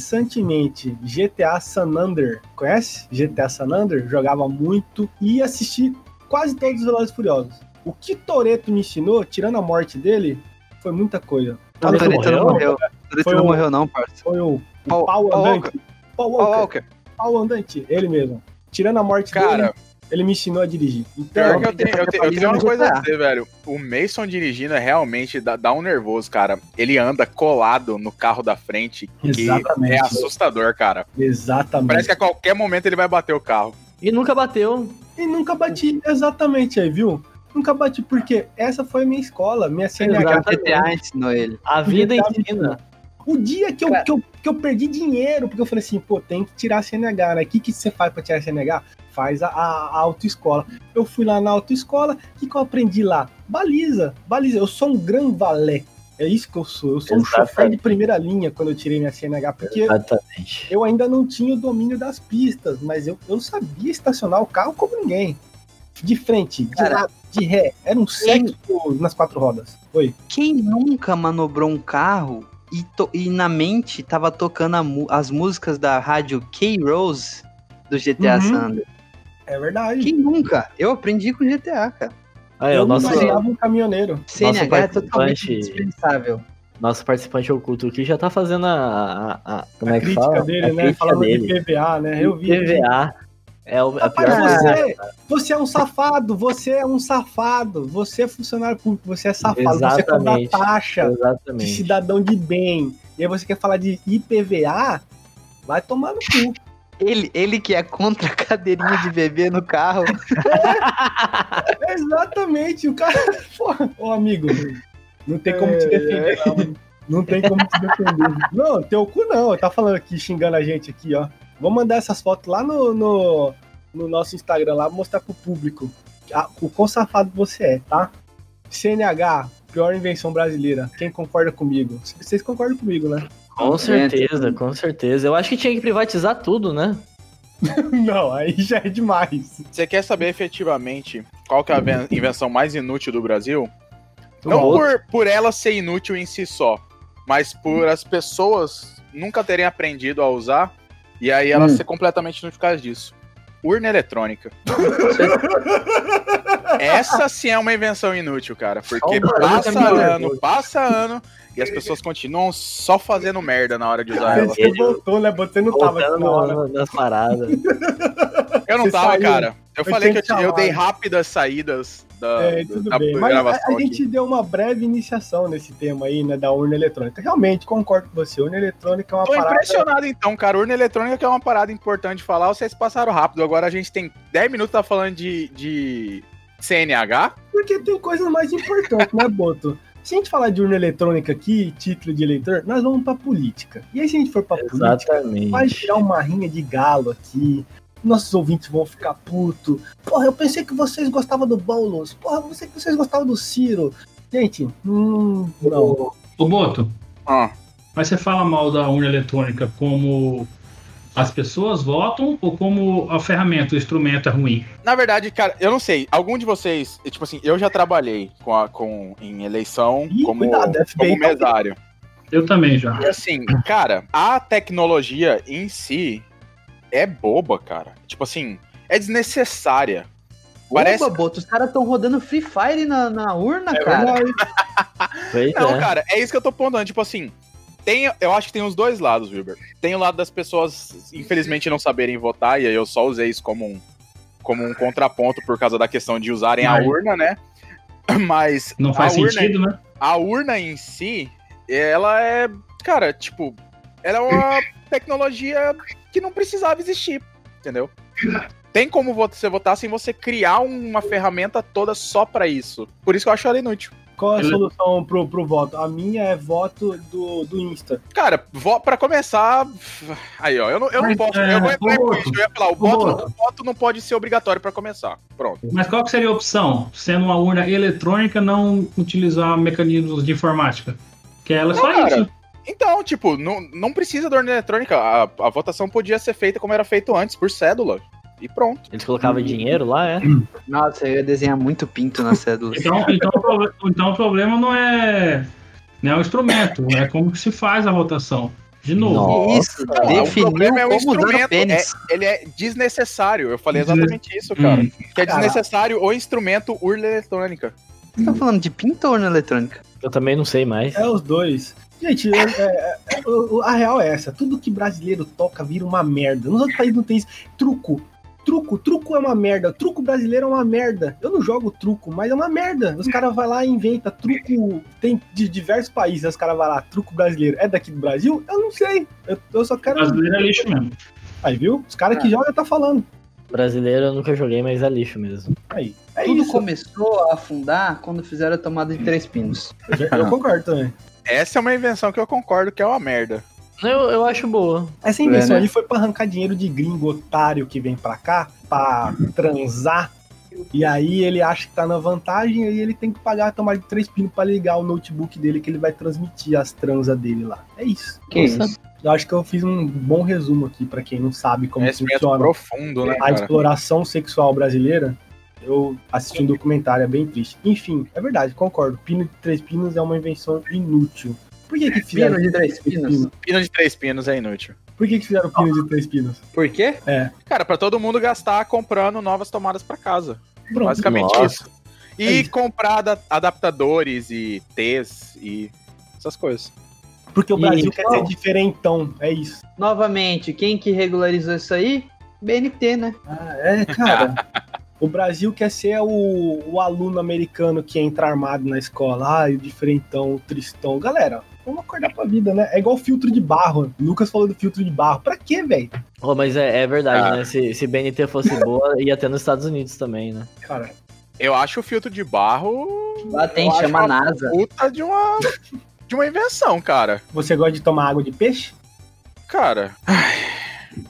Speaker 2: incessantemente GTA San Andreas. Conhece? GTA San Andreas? Jogava muito e assisti quase todos os Velozes e Furiosos. O que Toreto me ensinou, tirando a morte dele, foi muita coisa.
Speaker 8: Não,
Speaker 2: Mas
Speaker 8: Toretto não
Speaker 2: morreu?
Speaker 8: morreu. Toretto
Speaker 2: Foi
Speaker 8: não
Speaker 2: o-
Speaker 8: morreu, não, parça.
Speaker 2: Foi o, o
Speaker 8: Paul-
Speaker 2: Paul,
Speaker 8: Paul
Speaker 2: Andante. Paul
Speaker 6: Ó,
Speaker 2: Walker.
Speaker 6: Walker,
Speaker 2: Paul Andante, ele mesmo. Tirando a morte
Speaker 6: Cara,
Speaker 2: dele, ele me ensinou a dirigir. Então, tá.
Speaker 6: pior que eu tenho, eu tenho- eu tenho uma coisa a dizer, velho. O Mason dirigindo é realmente dá, dá um nervoso, cara. Ele anda colado no carro da frente, que
Speaker 2: Exatamente.
Speaker 6: é assustador, cara.
Speaker 2: exatamente.
Speaker 6: Parece que a qualquer momento ele vai bater o carro.
Speaker 3: E nunca bateu.
Speaker 2: E nunca bati exatamente aí, viu? Nunca bati, porque essa foi a minha escola, minha CNH.
Speaker 8: O GTA ensinou ele.
Speaker 3: A vida
Speaker 2: Exatamente.
Speaker 3: ensina.
Speaker 2: O dia que eu, que, eu, que eu perdi dinheiro, porque eu falei assim, pô, tem que tirar a CNH, né? O que, que você faz pra tirar a CNH? Faz a, a- a autoescola. Eu fui lá na autoescola, o que, que eu aprendi lá? Baliza, baliza. Eu sou um gran valé. É isso que eu sou. Eu sou um
Speaker 3: Exatamente.
Speaker 2: chofer de primeira linha quando eu tirei minha CNH, porque
Speaker 3: Exatamente.
Speaker 2: eu ainda não tinha o domínio das pistas, mas eu, eu sabia estacionar o carro como ninguém. De frente, de
Speaker 8: Cara.
Speaker 2: lado, de ré. Era um sexo nas quatro rodas. Oi.
Speaker 8: Quem nunca manobrou um carro e, to- e na mente tava tocando a mu- as músicas da rádio K-Rose do GTA
Speaker 2: Uhum.
Speaker 8: San Andreas?
Speaker 2: É verdade.
Speaker 8: Quem nunca? Eu aprendi com GTA, cara.
Speaker 3: Aí,
Speaker 2: eu
Speaker 3: é o
Speaker 2: não
Speaker 3: nosso,
Speaker 2: imaginava um caminhoneiro.
Speaker 8: CNH é
Speaker 3: participante-
Speaker 8: totalmente dispensável.
Speaker 3: nosso participante oculto aqui já tá fazendo a. a- a- como
Speaker 2: a
Speaker 3: é que
Speaker 2: crítica
Speaker 3: fala?
Speaker 2: dele,
Speaker 3: a
Speaker 2: né?
Speaker 3: crítica
Speaker 2: Falando
Speaker 3: dele.
Speaker 2: de PVA, né? Eu vi.
Speaker 3: PVA. É o, a
Speaker 2: Rapaz,
Speaker 3: pior coisa.
Speaker 2: você, você é um safado, você é um safado, você é funcionário público, você é safado, você
Speaker 3: Exatamente.
Speaker 2: cobra taxa de
Speaker 3: Exatamente.
Speaker 2: cidadão de bem. E aí você quer falar de IPVA? Vai tomar no cu.
Speaker 8: Ele, ele que é contra a cadeirinha de bebê no carro.
Speaker 2: Exatamente, o cara. Porra, ô amigo, não tem como te defender, não. Não tem como te defender. Não, teu cu não. Tá falando aqui, xingando a gente aqui, ó. Vou mandar essas fotos lá no, no, no nosso Instagram, lá, mostrar pro público a- o quão safado você é, tá? CNH, pior invenção brasileira. Quem concorda comigo? Vocês concordam comigo, né?
Speaker 3: Com certeza, com certeza. Eu acho que tinha que privatizar tudo, né?
Speaker 2: Não, aí já é demais.
Speaker 6: Você quer saber efetivamente qual que é a ven- invenção mais inútil do Brasil?
Speaker 3: O
Speaker 6: Não
Speaker 3: outro.
Speaker 6: por, por ela ser inútil em si só, mas por as pessoas nunca terem aprendido a usar e aí ela
Speaker 5: Hum.
Speaker 6: ser completamente inútil por causa disso. Urna eletrônica. Essa sim é uma invenção inútil, cara, porque passa ano, passa ano e as pessoas continuam só fazendo merda na hora de usar ela.
Speaker 2: Você voltou, né? Você não tava aqui
Speaker 3: Voltando
Speaker 2: na hora.
Speaker 3: na- nas paradas.
Speaker 6: Eu não
Speaker 2: Você
Speaker 6: tava,
Speaker 2: saiu.
Speaker 6: cara.
Speaker 2: Eu
Speaker 6: Eu, falei que
Speaker 2: tinha
Speaker 6: eu, ti- eu
Speaker 2: chamado.
Speaker 6: dei rápidas saídas da,
Speaker 2: É,
Speaker 6: da-
Speaker 2: tudo
Speaker 6: Ah, da
Speaker 2: bem. Mas a,
Speaker 6: gravação
Speaker 2: a gente deu uma breve iniciação nesse tema aí, né, da urna eletrônica. Realmente, concordo com você. Urna eletrônica é uma
Speaker 6: Tô
Speaker 2: parada.
Speaker 6: impressionado então, cara. Urna eletrônica que é uma parada importante de falar, vocês passaram rápido. Agora a gente tem 10 minutos tá falando de, de CNH.
Speaker 2: Porque tem coisas mais importantes, né, Boto? Se a gente falar de urna eletrônica aqui, título de eleitor, nós vamos pra política. E aí, se a gente for pra política, vai
Speaker 3: Exatamente.
Speaker 2: tirar uma rinha de galo aqui. Nossos ouvintes vão ficar puto. Porra, eu pensei que vocês gostavam do Boulos. Porra, eu pensei que vocês gostavam do Ciro. Gente, hum, não.
Speaker 4: Ô, Boto,
Speaker 6: Ah,
Speaker 4: mas você fala mal da urna eletrônica como as pessoas votam ou como a ferramenta, o instrumento é ruim?
Speaker 6: Na verdade, cara, eu não sei. Algum de vocês, tipo assim, eu já trabalhei com a, com, em eleição
Speaker 2: Ih,
Speaker 6: como,
Speaker 2: cuidado, FBI
Speaker 6: como
Speaker 2: tá-
Speaker 6: mesário.
Speaker 4: Eu também já.
Speaker 6: E assim, cara, a tecnologia em si é boba, cara. Tipo assim, é desnecessária. Parece
Speaker 5: Opa, Boto, os caras estão rodando Free Fire na, na urna,
Speaker 8: É
Speaker 5: cara.
Speaker 2: Verdade.
Speaker 3: Pois
Speaker 6: Não,
Speaker 3: é.
Speaker 6: cara, é isso que eu tô pontando. Tipo assim, tem, eu acho que tem os dois lados, Wilber. Tem o lado das pessoas, infelizmente, não saberem votar, e aí eu só usei isso como um, como um contraponto por causa da questão de usarem a
Speaker 4: Mas-
Speaker 6: urna, né? Mas
Speaker 4: Não faz
Speaker 6: a, urna, é
Speaker 4: sentido, né?
Speaker 6: a urna em si, ela é. Cara, tipo, ela é uma tecnologia que não precisava existir, entendeu? Tem como você votar sem você criar uma ferramenta toda só pra isso. Por isso que eu acho ela inútil.
Speaker 2: Qual é a
Speaker 4: Ele-
Speaker 2: solução pro, pro voto? A minha é voto do, do Insta.
Speaker 6: Cara, vo, pra começar. Aí, ó, eu não, eu não
Speaker 4: Mas,
Speaker 6: posso.
Speaker 4: é,
Speaker 6: eu vou
Speaker 4: ô,
Speaker 6: entrar em
Speaker 4: Boto,
Speaker 6: política, eu ia falar, o voto,
Speaker 4: Boto.
Speaker 6: o voto não pode ser obrigatório pra começar. Pronto.
Speaker 4: Mas qual que seria a opção? Sendo uma urna eletrônica, não utilizar mecanismos de informática? Que ela é só
Speaker 6: Não, cara.
Speaker 4: isso.
Speaker 6: Então, tipo, não, não precisa da urna eletrônica. A, a votação podia ser feita como era feito antes, por cédula. E pronto.
Speaker 3: Eles colocavam dinheiro lá, é?
Speaker 8: Nossa, eu ia desenhar muito pinto na cédula.
Speaker 4: Então, então, o proble- então o problema não é, não é o instrumento, é como que se faz a votação. De novo.
Speaker 8: Que isso,
Speaker 6: Não, o
Speaker 8: definiu
Speaker 6: problema é o
Speaker 8: como usar o
Speaker 6: instrumento,
Speaker 8: pênis.
Speaker 6: Ele é desnecessário. Eu falei exatamente isso, cara.
Speaker 4: Hum.
Speaker 6: Que é
Speaker 2: Caraca.
Speaker 6: desnecessário o instrumento urna eletrônica.
Speaker 8: Você tá falando de pinto ou urna eletrônica?
Speaker 3: Eu também não sei mais.
Speaker 2: É os dois. Gente, é- é- é- o- o- a real é essa. Tudo que brasileiro toca vira uma merda. Nos outros países não tem isso. Truco. Truco, truco é uma merda. Truco brasileiro é uma merda. Eu não jogo truco, mas é uma merda. Os caras vão lá e inventam truco. Tem de diversos países. Os caras vão lá, truco brasileiro. É daqui do Brasil? Eu não sei. Eu, eu só quero.
Speaker 4: Brasileiro é lixo mesmo.
Speaker 2: Aí, viu? Os caras que jogam tá falando.
Speaker 3: Brasileiro eu nunca joguei, mas é lixo mesmo.
Speaker 2: Aí. É
Speaker 5: Tudo
Speaker 2: isso.
Speaker 5: começou a afundar quando fizeram a tomada de três pinos.
Speaker 2: Eu, eu concordo também.
Speaker 6: Essa é uma invenção que eu concordo que é uma merda.
Speaker 3: Eu, eu acho boa.
Speaker 2: Essa invenção
Speaker 5: É, né?
Speaker 2: aí foi pra arrancar dinheiro de gringo otário que vem pra cá pra transar. E aí ele acha que tá na vantagem e ele tem que pagar a tomada de três pinos pra ligar o notebook dele que ele vai transmitir as transas dele lá. É isso.
Speaker 5: Que
Speaker 3: Nossa.
Speaker 5: isso?
Speaker 2: Eu acho que eu fiz um bom resumo aqui pra quem não sabe como
Speaker 6: Conhecimento
Speaker 2: funciona
Speaker 6: profundo, né,
Speaker 2: a
Speaker 6: cara?
Speaker 2: exploração sexual brasileira. Eu assisti um documentário, é bem triste. Enfim, é verdade, concordo. Pino de três pinos é uma invenção inútil. Por que que fizeram
Speaker 5: É, Pino de três pinos.
Speaker 2: pino?
Speaker 6: Pino de três pinos é inútil.
Speaker 2: Por que que fizeram pino de três pinos?
Speaker 5: Por quê?
Speaker 2: É.
Speaker 6: Cara, pra todo mundo gastar comprando novas tomadas pra casa.
Speaker 2: Pronto.
Speaker 6: Basicamente
Speaker 3: Nossa.
Speaker 6: isso. E
Speaker 2: É isso.
Speaker 6: comprar ada- adaptadores e T's e essas coisas.
Speaker 2: Porque o
Speaker 3: E-
Speaker 2: Brasil quer ser
Speaker 3: Não.
Speaker 2: diferentão, é isso.
Speaker 5: Novamente, quem que regularizou isso aí? BNT, né?
Speaker 2: é, cara. o Brasil quer ser o, o aluno americano que entra armado na escola. Ah, o diferentão, o tristão. Galera, vamos acordar pra vida, né? É igual filtro de barro. O Lucas falou do filtro de barro. Pra quê, velho?
Speaker 3: Oh, mas é, é verdade,
Speaker 6: Ah.
Speaker 3: né? Se, se BNT fosse boa, ia ter nos Estados Unidos também, né?
Speaker 2: Cara,
Speaker 6: Eu acho o filtro de barro
Speaker 5: Lá tem,
Speaker 6: Eu acho
Speaker 5: chama
Speaker 6: uma
Speaker 5: NASA.
Speaker 6: puta de uma de uma invenção, cara.
Speaker 2: você gosta de tomar água de peixe?
Speaker 6: Cara,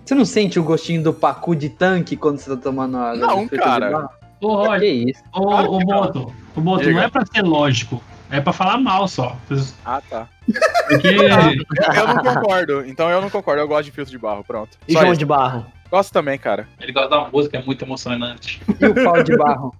Speaker 5: Você não sente o gostinho do pacu de tanque quando você tá tomando água?
Speaker 6: Não,
Speaker 5: do filtro de
Speaker 6: cara.
Speaker 5: barro?
Speaker 4: Ô, Roger,
Speaker 5: Que isso?
Speaker 4: ô, ô, Boto, ô, Boto,
Speaker 6: Diga.
Speaker 4: não é pra ser lógico. É pra falar mal só.
Speaker 6: ah tá.
Speaker 4: Porque
Speaker 6: Eu não concordo. Então eu não concordo. Eu gosto de filtro de barro, pronto.
Speaker 3: E
Speaker 6: Só
Speaker 3: João
Speaker 6: isso.
Speaker 3: de Barra.
Speaker 6: Gosto também, cara.
Speaker 4: ele gosta da música, é muito emocionante.
Speaker 5: E o pau de barro?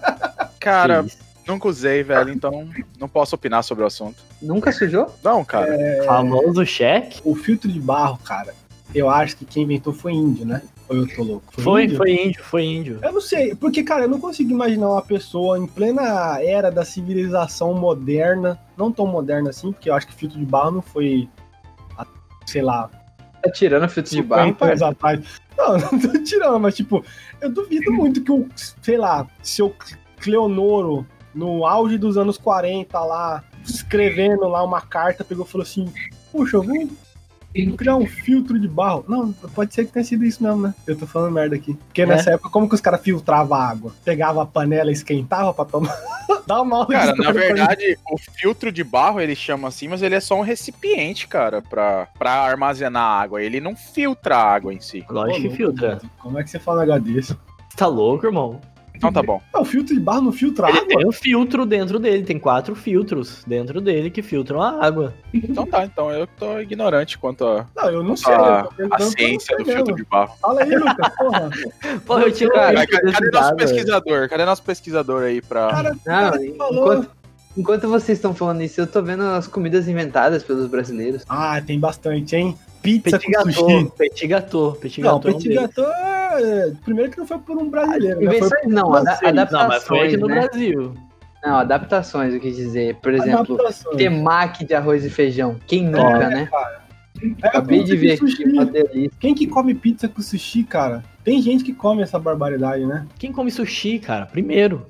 Speaker 6: Cara,
Speaker 3: Que isso.
Speaker 6: nunca usei, velho, então não posso opinar sobre o assunto.
Speaker 5: Nunca sujou?
Speaker 6: Não, cara.
Speaker 3: famoso cheque.
Speaker 2: O filtro de barro, cara, eu acho que quem inventou foi índio, né? Ou eu tô louco?
Speaker 3: Foi,
Speaker 2: índio? É.
Speaker 3: foi índio, foi índio.
Speaker 2: Eu não sei, porque, cara, eu não consigo imaginar uma pessoa em plena era da civilização moderna, não tão moderna assim, porque eu acho que filtro de barro não foi, a- sei lá,
Speaker 5: Tá tirando o filtro de
Speaker 2: 50
Speaker 5: barro, cara.
Speaker 2: anos atrás. Tipo, Não, não tô tirando, mas, tipo, eu duvido muito que o, sei lá, seu Cleonoro, no auge dos anos 40, lá, escrevendo lá uma carta, pegou e falou assim: Puxa, eu vou. vou criar um filtro de barro. Não, pode ser que tenha sido isso mesmo, né? Eu tô falando merda aqui.
Speaker 6: É.
Speaker 2: Porque nessa época, como que os caras filtravam a água? Pegava a panela e esquentava pra tomar. Dá uma aula de
Speaker 6: Cara, na
Speaker 2: história pra mim.
Speaker 6: verdade, o filtro de barro ele chama assim, mas ele é só um recipiente, cara, pra, pra armazenar água. Ele não filtra a água em si.
Speaker 3: Lógico que
Speaker 2: Ô,
Speaker 3: filtra.
Speaker 2: louco, Como é que você fala um negócio desse?
Speaker 3: Você tá louco, irmão?
Speaker 6: Então tá bom.
Speaker 2: Ah, o filtro de barro não filtra
Speaker 3: Ele
Speaker 2: água?
Speaker 3: tem um filtro dentro dele, tem quatro filtros dentro dele que filtram a água.
Speaker 6: Então tá, então eu tô ignorante quanto à
Speaker 2: Não, eu não sei.
Speaker 6: Ah,
Speaker 2: eu tô perguntando
Speaker 6: à
Speaker 2: pra você
Speaker 6: ciência do
Speaker 2: mesmo.
Speaker 6: filtro de barro.
Speaker 2: Fala aí, Lucas, porra.
Speaker 3: Pô, eu tinha
Speaker 5: Cara,
Speaker 6: Cara,
Speaker 3: visto
Speaker 6: cadê,
Speaker 3: desse
Speaker 6: nosso
Speaker 3: dado,
Speaker 6: pesquisador? Cadê nosso pesquisador aí pra.
Speaker 2: Cara,
Speaker 5: Não,
Speaker 2: cara, você falou.
Speaker 5: enquanto, enquanto vocês estão falando isso, eu tô vendo as comidas inventadas pelos brasileiros.
Speaker 2: Ah, tem bastante, hein? Pizza
Speaker 3: Petit
Speaker 2: com sushi.
Speaker 3: gâteau, petit gâteau, petit
Speaker 2: Não,
Speaker 3: gâteau. é um
Speaker 2: petit
Speaker 3: deles.
Speaker 2: gâteau é... Primeiro que não foi por um brasileiro,
Speaker 5: Ah,
Speaker 2: né? Foi
Speaker 5: Invenções não, ada-
Speaker 3: Não, mas foi
Speaker 5: adaptações,
Speaker 3: aqui no
Speaker 5: né?
Speaker 3: Brasil.
Speaker 5: Não, adaptações, eu quis dizer. Por
Speaker 2: por
Speaker 5: exemplo,
Speaker 2: adaptações.
Speaker 5: temaki de arroz e feijão. Quem nunca, né?
Speaker 2: É,
Speaker 5: Acabei
Speaker 2: pizza
Speaker 5: de ver
Speaker 2: com
Speaker 5: aqui,
Speaker 2: sushi.
Speaker 5: uma delícia.
Speaker 2: Quem que come pizza com sushi, cara? Tem gente que come essa barbaridade, né?
Speaker 3: Quem come sushi, cara? Primeiro.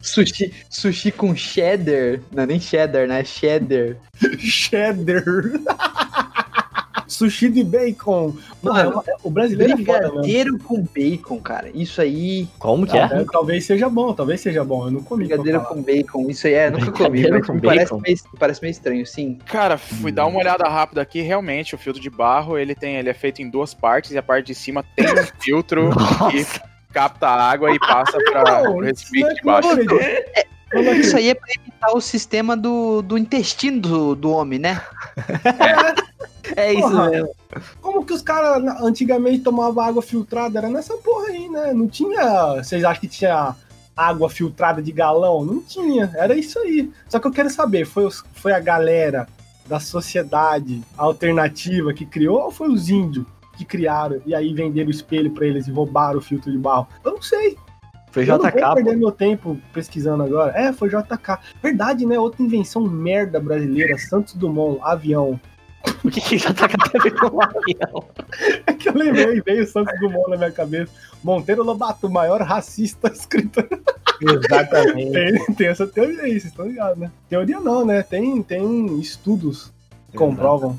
Speaker 5: Sushi, sushi com cheddar. Não, nem cheddar, né? Cheddar.
Speaker 2: Cheddar. sushi de bacon. Não, é uma- é- o brasileiro é foda, né?
Speaker 5: Brigadeiro com bacon, cara. Isso aí.
Speaker 3: Como que é?
Speaker 2: Tá, né? Talvez seja bom, talvez seja bom. Eu não comi. pra
Speaker 5: Brigadeiro
Speaker 2: falar.
Speaker 5: com bacon. Isso aí é, nunca comi.
Speaker 3: Brigadeiro
Speaker 5: Mas
Speaker 3: com
Speaker 5: me parece,
Speaker 3: bacon?
Speaker 5: meio, me parece meio estranho, sim.
Speaker 6: Cara, fui dar uma olhada rápida aqui. Realmente, o filtro de barro ele tem, ele é feito em duas partes e a parte de cima tem um filtro
Speaker 3: Nossa,
Speaker 6: que capta a água e passa para
Speaker 5: Ah,
Speaker 2: Não,
Speaker 6: o
Speaker 2: isso não
Speaker 6: recipiente
Speaker 2: é
Speaker 6: de baixo.
Speaker 2: colorido. Olha aqui.
Speaker 8: Isso aí é pra evitar o sistema do, do intestino do, do homem, né?
Speaker 3: é isso
Speaker 2: Porra.
Speaker 3: mesmo.
Speaker 2: Como que os caras na- antigamente tomavam água filtrada? Era nessa porra aí, né? Não tinha. Vocês acham que tinha água filtrada de galão? Não tinha. Era isso aí. Só que eu quero saber, foi, os- foi a galera da sociedade alternativa que criou ou foi os índios que criaram e aí venderam o espelho pra eles e roubaram o filtro de barro? Eu não sei.
Speaker 3: Foi
Speaker 2: Eu não vou
Speaker 3: JK.
Speaker 2: perder meu tempo pesquisando agora. É, foi JK. Verdade, né? Outra invenção merda brasileira, Santos Dumont, avião.
Speaker 3: O que, que JK tem a ver com o avião?
Speaker 2: É que eu lembrei, veio Santos Dumont na minha cabeça. Monteiro Lobato, o maior racista escrito.
Speaker 3: Exatamente.
Speaker 2: Tem, tem essa teoria aí, vocês estão ligados, né? Teoria não, né? Tem, tem estudos que comprovam.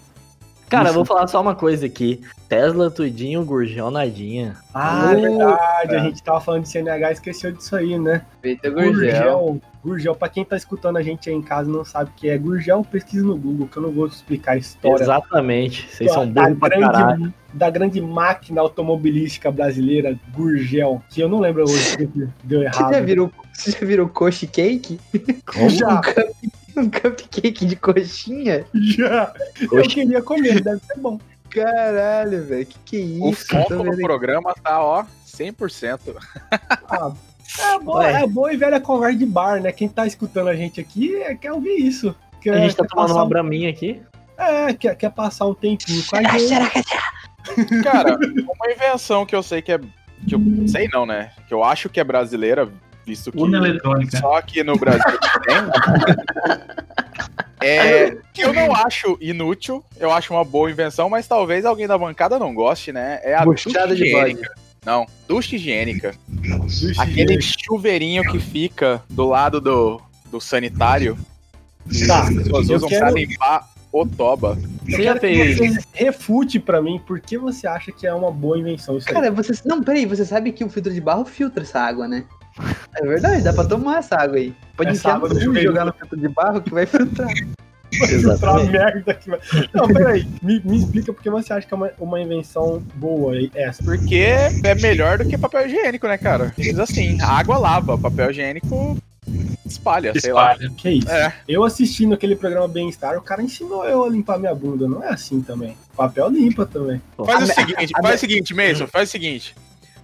Speaker 3: Cara, eu vou falar só uma coisa aqui. Tesla, tudinho, Gurgel, nadinha.
Speaker 2: Ah, é verdade. A gente tava falando de CNH e esqueceu disso aí, né?
Speaker 5: Feita Gurgel.
Speaker 2: Gurgel. Gurgel, pra quem tá escutando a gente aí em casa e não sabe o que é Gurgel, pesquisa no Google, que eu não vou explicar a história
Speaker 3: Exatamente. Vocês são
Speaker 2: da,
Speaker 3: burros pra caralho.
Speaker 2: tá grande, da grande máquina automobilística brasileira, Gurgel, que eu não lembro hoje o que deu
Speaker 8: Você já
Speaker 2: errado.
Speaker 8: virou, você já virou coxa cake?
Speaker 2: Já,
Speaker 8: Um cupcake de coxinha?
Speaker 2: já. Eu
Speaker 3: Oxi.
Speaker 2: queria comer, deve ser bom.
Speaker 8: Caralho, velho, que que é
Speaker 6: O
Speaker 8: isso?
Speaker 6: foco
Speaker 8: Tô
Speaker 6: no
Speaker 8: vendo
Speaker 6: programa tá, ó, 100%.
Speaker 2: Ah, é, boa,
Speaker 3: Ué.
Speaker 2: é boa e velha conversa de bar, né? Quem tá escutando a gente aqui é, quer ouvir isso. Quer,
Speaker 3: A gente tá
Speaker 2: quer
Speaker 3: tomando
Speaker 2: passar
Speaker 3: uma
Speaker 2: um-
Speaker 3: braminha aqui.
Speaker 2: É, quer, quer passar um tempinho com a
Speaker 6: é
Speaker 2: gente.
Speaker 6: Cara, uma invenção que eu sei que é. Que eu sei não, né? Que eu acho que é brasileira, visto que
Speaker 4: Urna eletrônica.
Speaker 6: só aqui no Brasil que tem. É, que eu não acho inútil, eu acho uma boa invenção, mas talvez alguém da bancada não goste, né? É a
Speaker 5: Buchada de bode.
Speaker 6: Não, ducha higiênica. Aquele chuveirinho que fica do lado do, do sanitário.
Speaker 2: Tá,
Speaker 6: As pessoas
Speaker 2: eu
Speaker 6: usam
Speaker 2: quero-
Speaker 6: pra limpar o toba.
Speaker 3: Você já
Speaker 2: que
Speaker 3: fez.
Speaker 2: você refute pra mim por que você acha que é uma boa invenção isso aí.
Speaker 8: Cara, você. Não, peraí, você sabe que o filtro de barro filtra essa água, né? É verdade, dá pra tomar essa água aí. Pode
Speaker 2: Essa
Speaker 8: enfiar
Speaker 2: água
Speaker 8: no
Speaker 2: do
Speaker 8: cu e
Speaker 2: chuveiro.
Speaker 8: jogar no filtro de barro que vai filtrar.
Speaker 2: pra merda que vai. Não, peraí, me, me explica por que você acha que é uma, uma invenção boa aí, essa.
Speaker 6: Porque é melhor do que papel higiênico, né, cara? Diz assim, água lava, papel higiênico espalha, sei lá.
Speaker 4: Espalha.
Speaker 2: Que isso?
Speaker 6: É.
Speaker 2: Eu assistindo aquele programa Bem-Estar, o cara ensinou eu a limpar minha bunda. Não é assim também. Papel limpa também.
Speaker 6: Faz o seguinte, faz o seguinte, Mason, faz o seguinte.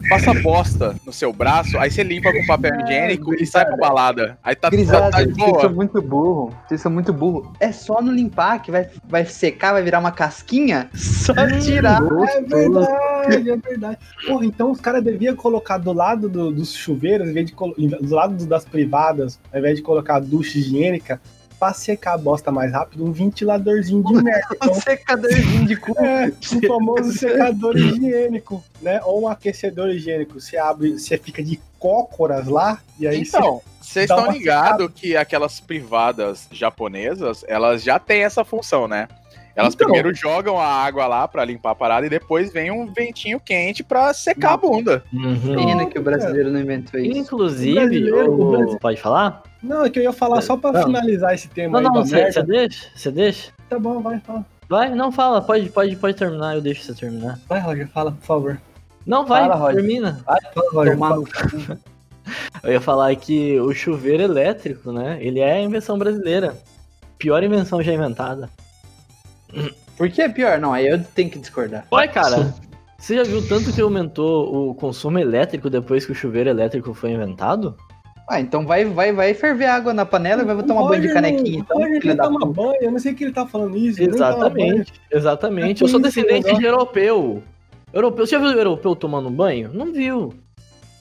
Speaker 6: Passa bosta no seu braço, aí você limpa com papel higiênico e sai pra balada. Aí tá, tá,
Speaker 8: Grisado,
Speaker 6: tá de
Speaker 8: vocês são
Speaker 6: boa.
Speaker 8: muito burro. Vocês são muito burro. É só não limpar que vai, vai secar, vai virar uma casquinha. Só tirar.
Speaker 2: É verdade, é verdade. Porra, então os caras deviam colocar do lado do- dos chuveiros, em vez de colo- do lado das privadas, ao invés de colocar ducha higiênica, pra secar a bosta mais rápido, um ventiladorzinho de merda. Então,
Speaker 8: Um secadorzinho de cu.
Speaker 2: É, o famoso secador higiênico, né? Ou um aquecedor higiênico. Você abre, você fica de cócoras lá, e aí você-
Speaker 6: Então, vocês
Speaker 2: dá
Speaker 6: estão
Speaker 2: uma
Speaker 6: ligados que aquelas privadas japonesas, elas já têm essa função, né? Elas
Speaker 2: Então.
Speaker 6: primeiro jogam a água lá pra limpar a parada e depois vem um ventinho quente pra secar a bunda.
Speaker 8: Pena que o brasileiro não inventou isso.
Speaker 2: O
Speaker 3: Uhum. Inclusive,
Speaker 2: né? brasileiro- o
Speaker 3: o-
Speaker 2: brasileiro-
Speaker 3: pode falar?
Speaker 2: Não, é que eu ia falar só pra
Speaker 3: Não.
Speaker 2: finalizar esse tema
Speaker 3: Não,
Speaker 2: aí
Speaker 3: não,
Speaker 2: da
Speaker 3: você
Speaker 2: merda.
Speaker 3: você deixa? Você deixa?
Speaker 2: Tá bom, vai, fala.
Speaker 3: Vai, não fala, pode, pode, pode terminar, eu deixo você terminar.
Speaker 2: Vai, Roger, fala, por favor.
Speaker 3: Não, vai,
Speaker 5: Fala, Roger.
Speaker 3: termina.
Speaker 2: Fala, Roger.
Speaker 8: Tomar no
Speaker 3: Eu ia falar que o chuveiro elétrico, né? Ele é a invenção brasileira. Pior invenção já inventada.
Speaker 8: Por que é pior? Não, aí eu tenho que discordar.
Speaker 3: Ué, cara, você já viu tanto que aumentou o consumo elétrico depois que o chuveiro elétrico foi inventado?
Speaker 8: Ah, então vai, vai, vai ferver água na panela e vai botar
Speaker 2: O
Speaker 8: uma banho de
Speaker 2: Roger
Speaker 8: canequinha.
Speaker 2: não-
Speaker 8: Então,
Speaker 2: o Roger
Speaker 8: filha
Speaker 2: nem
Speaker 8: da
Speaker 2: toma
Speaker 8: puta.
Speaker 2: banho, eu não sei o que ele tá falando isso. ele nem toma banho.
Speaker 3: Exatamente, exatamente. Eu sou descendente de europeu. Europeu, você já viu o europeu tomando banho? Não viu.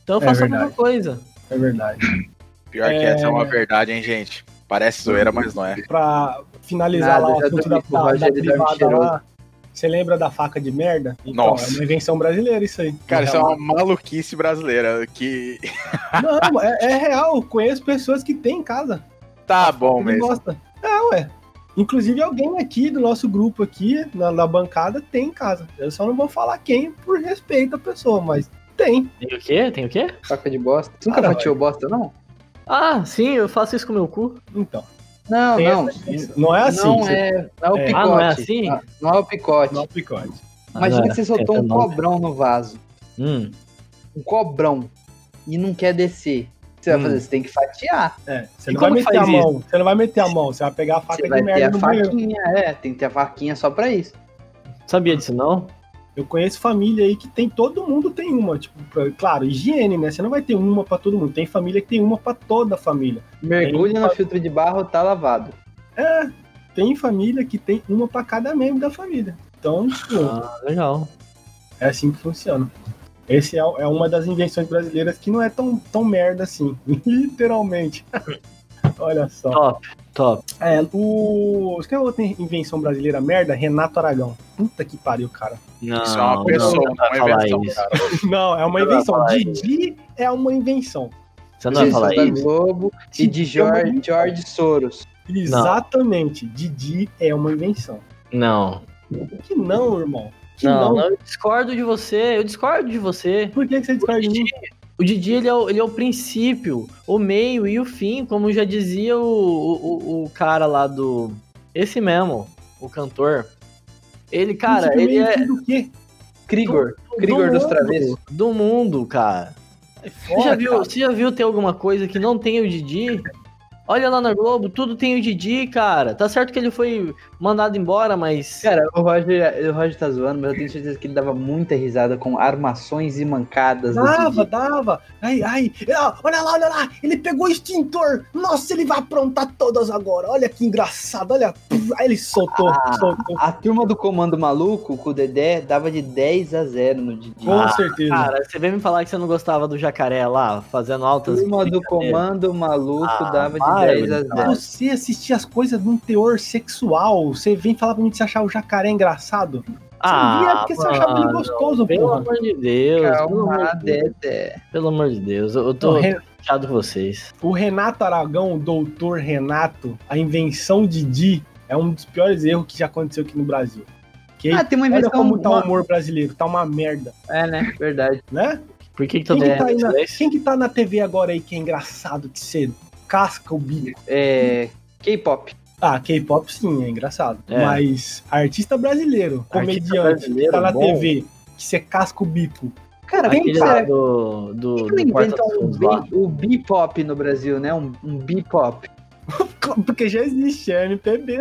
Speaker 3: Então eu
Speaker 2: É
Speaker 3: faço a
Speaker 2: verdade.
Speaker 3: mesma coisa.
Speaker 2: É verdade.
Speaker 6: Pior que essa é uma verdade, hein, gente? Parece zoeira, mas não é.
Speaker 2: Pra finalizar
Speaker 8: Nada,
Speaker 2: lá o
Speaker 8: já
Speaker 2: assunto
Speaker 8: dormi
Speaker 2: da,
Speaker 8: com o
Speaker 2: da,
Speaker 8: Roger,
Speaker 2: da
Speaker 8: ele dorme
Speaker 2: privada
Speaker 8: cheiroso.
Speaker 2: lá. Você lembra da faca de merda? Então,
Speaker 6: Nossa.
Speaker 2: É uma invenção brasileira isso aí.
Speaker 6: Cara,
Speaker 2: Na
Speaker 6: isso é uma maluquice brasileira que.
Speaker 2: Não, é, é real. Eu Conheço pessoas que têm em casa.
Speaker 6: Tá bom
Speaker 2: Ele
Speaker 6: mesmo.
Speaker 2: gosta. É, ué. Inclusive, alguém aqui do nosso grupo aqui, na, na bancada, tem em casa. Eu só não vou falar quem por respeito à pessoa, mas tem.
Speaker 3: Tem o quê? Tem o quê?
Speaker 8: Saca de bosta. Tu nunca
Speaker 2: Cara,
Speaker 8: fatiou bosta, não?
Speaker 3: Ah, sim, eu faço isso com meu cu.
Speaker 2: Então.
Speaker 8: Não,
Speaker 2: tem
Speaker 8: Ah, não.
Speaker 2: essa diferença. não é assim.
Speaker 8: não,
Speaker 2: você-
Speaker 8: é, não é o
Speaker 2: É.
Speaker 8: picote.
Speaker 3: Ah, não é assim?
Speaker 8: Não, não é o picote.
Speaker 2: Não é picote.
Speaker 8: Imagina
Speaker 3: Ah,
Speaker 8: que você soltou
Speaker 3: é,
Speaker 8: um
Speaker 3: não.
Speaker 8: cobrão no vaso.
Speaker 3: Hum.
Speaker 8: Um cobrão. E não quer descer. O que você
Speaker 6: Hum.
Speaker 8: vai fazer? Você tem que fatiar.
Speaker 2: É, você
Speaker 3: E
Speaker 2: não vai
Speaker 3: como que
Speaker 2: meter a
Speaker 3: faz
Speaker 2: mão. Você não vai meter a mão. Você vai pegar a faca
Speaker 8: Você
Speaker 2: de
Speaker 8: vai ter
Speaker 2: merda
Speaker 8: a
Speaker 2: no banheiro.
Speaker 8: faquinha, é. Tem que ter a faquinha só pra isso.
Speaker 3: Sabia disso, não?
Speaker 2: Eu conheço família aí que tem, todo mundo tem uma. Tipo, pra- claro, higiene, né? Você não vai ter uma pra todo mundo. Tem família que tem uma pra toda a família.
Speaker 8: Mergulha
Speaker 2: Tem
Speaker 8: no
Speaker 2: fa-
Speaker 8: filtro de barro, tá lavado.
Speaker 2: É, tem família que tem uma pra cada membro da família. Então, tipo,
Speaker 3: Ah, legal.
Speaker 2: é assim que funciona. Esse é, é uma das invenções brasileiras que não é tão, tão merda assim, literalmente. Olha só.
Speaker 3: Top, top.
Speaker 2: É, o. Isso que é outra invenção brasileira merda? Renato Aragão. Puta que pariu, cara.
Speaker 3: Não,
Speaker 6: Isso é uma
Speaker 3: não dá
Speaker 6: pessoa,
Speaker 3: pra
Speaker 6: uma
Speaker 3: falar
Speaker 6: invenção,
Speaker 3: isso.
Speaker 6: cara.
Speaker 2: Não, é uma
Speaker 3: Não vai
Speaker 2: invenção.
Speaker 3: falar
Speaker 2: Didi é uma invenção.
Speaker 3: Você não vai
Speaker 5: Jesus
Speaker 3: falar
Speaker 5: da
Speaker 3: isso?
Speaker 5: Globo e de
Speaker 2: Didi é uma
Speaker 5: George,
Speaker 2: invenção.
Speaker 5: George Soros.
Speaker 2: Exatamente. Didi é uma invenção.
Speaker 3: Não.
Speaker 2: Que não, irmão. Que
Speaker 3: Não,
Speaker 2: não.
Speaker 3: não, eu discordo de você. Eu discordo de você.
Speaker 2: Por que, que você discorda de mim?
Speaker 3: O Didi, ele é o, ele é o princípio, o meio e o fim, como já dizia o, o, o- o cara lá do... Esse mesmo, o cantor. Ele, cara,
Speaker 2: Isso também
Speaker 3: ele é
Speaker 2: Do quê?
Speaker 5: Krigor.
Speaker 3: do
Speaker 5: Krigor dos
Speaker 3: mundo,
Speaker 5: Travessos.
Speaker 3: Do mundo, cara. Você já,
Speaker 2: Fora,
Speaker 3: viu,
Speaker 2: cara.
Speaker 3: você já viu ter alguma coisa que não tem o Didi? Olha lá na Globo, tudo tem o Didi, cara. Tá certo que ele foi mandado embora, mas...
Speaker 5: Cara, o Roger, o Roger tá zoando, mas eu tenho certeza que ele dava muita risada com armações e mancadas. do
Speaker 2: Dava,
Speaker 5: Didi.
Speaker 2: dava. Ai, ai. Ah, Olha lá, olha lá. Ele pegou o extintor. Nossa, ele vai aprontar todas agora. Olha que engraçado. Olha. Aí ele soltou,
Speaker 3: Ah.
Speaker 2: soltou.
Speaker 5: A turma do Comando Maluco, com o Dedé, dava de 10 a 0 no Didi.
Speaker 2: Com
Speaker 3: Ah,
Speaker 2: certeza.
Speaker 3: Cara, você veio me falar que você não gostava do jacaré lá, fazendo
Speaker 5: A
Speaker 3: altas...
Speaker 5: turma do Comando Maluco
Speaker 3: Ah,
Speaker 5: dava de
Speaker 3: para,
Speaker 5: 10 a
Speaker 3: Bruno,
Speaker 5: 0.
Speaker 2: Você assistir as coisas num teor sexual, você vem falar pra mim de você achar o jacaré engraçado? Você
Speaker 3: Ah,
Speaker 2: via porque você achava ele
Speaker 3: mano,
Speaker 2: gostoso,
Speaker 3: Pelo
Speaker 2: porra.
Speaker 3: amor de Deus, pelo amor
Speaker 5: Calma,
Speaker 3: de Deus,
Speaker 5: Dedé.
Speaker 3: pelo amor de Deus, eu eu
Speaker 2: O
Speaker 3: tô
Speaker 2: Ren-
Speaker 3: chateado com vocês.
Speaker 2: O Renato Aragão, o doutor Renato, a invenção de Di, é um dos piores erros que já aconteceu aqui no Brasil. Que
Speaker 5: Ah, tem uma
Speaker 2: olha
Speaker 5: invenção...
Speaker 2: como tá o
Speaker 5: uma-
Speaker 2: humor brasileiro, tá uma merda,
Speaker 5: É, né? Verdade.
Speaker 2: né?
Speaker 3: Por que que tá
Speaker 2: Quem que tá, aí
Speaker 3: dando
Speaker 2: na,
Speaker 3: silêncio?
Speaker 2: quem que tá na TV agora aí que é engraçado, que você casca o bico?
Speaker 5: É... K-pop.
Speaker 2: Ah, K-pop sim, é engraçado.
Speaker 3: É.
Speaker 2: Mas artista brasileiro, comediante,
Speaker 3: Artista brasileiro,
Speaker 2: que tá na
Speaker 3: bom.
Speaker 2: TV, que você casca o bico. tá-
Speaker 5: Cara, quem
Speaker 3: Aquele
Speaker 5: que
Speaker 3: lá
Speaker 2: é?
Speaker 5: será
Speaker 3: do, do,
Speaker 5: Por que não
Speaker 3: do Porta
Speaker 5: inventam
Speaker 3: dos
Speaker 5: um
Speaker 3: Fundos
Speaker 5: bi-
Speaker 3: lá.
Speaker 5: o B-pop no Brasil, né? Um, um B-pop.
Speaker 2: Porque já existe, é MPB.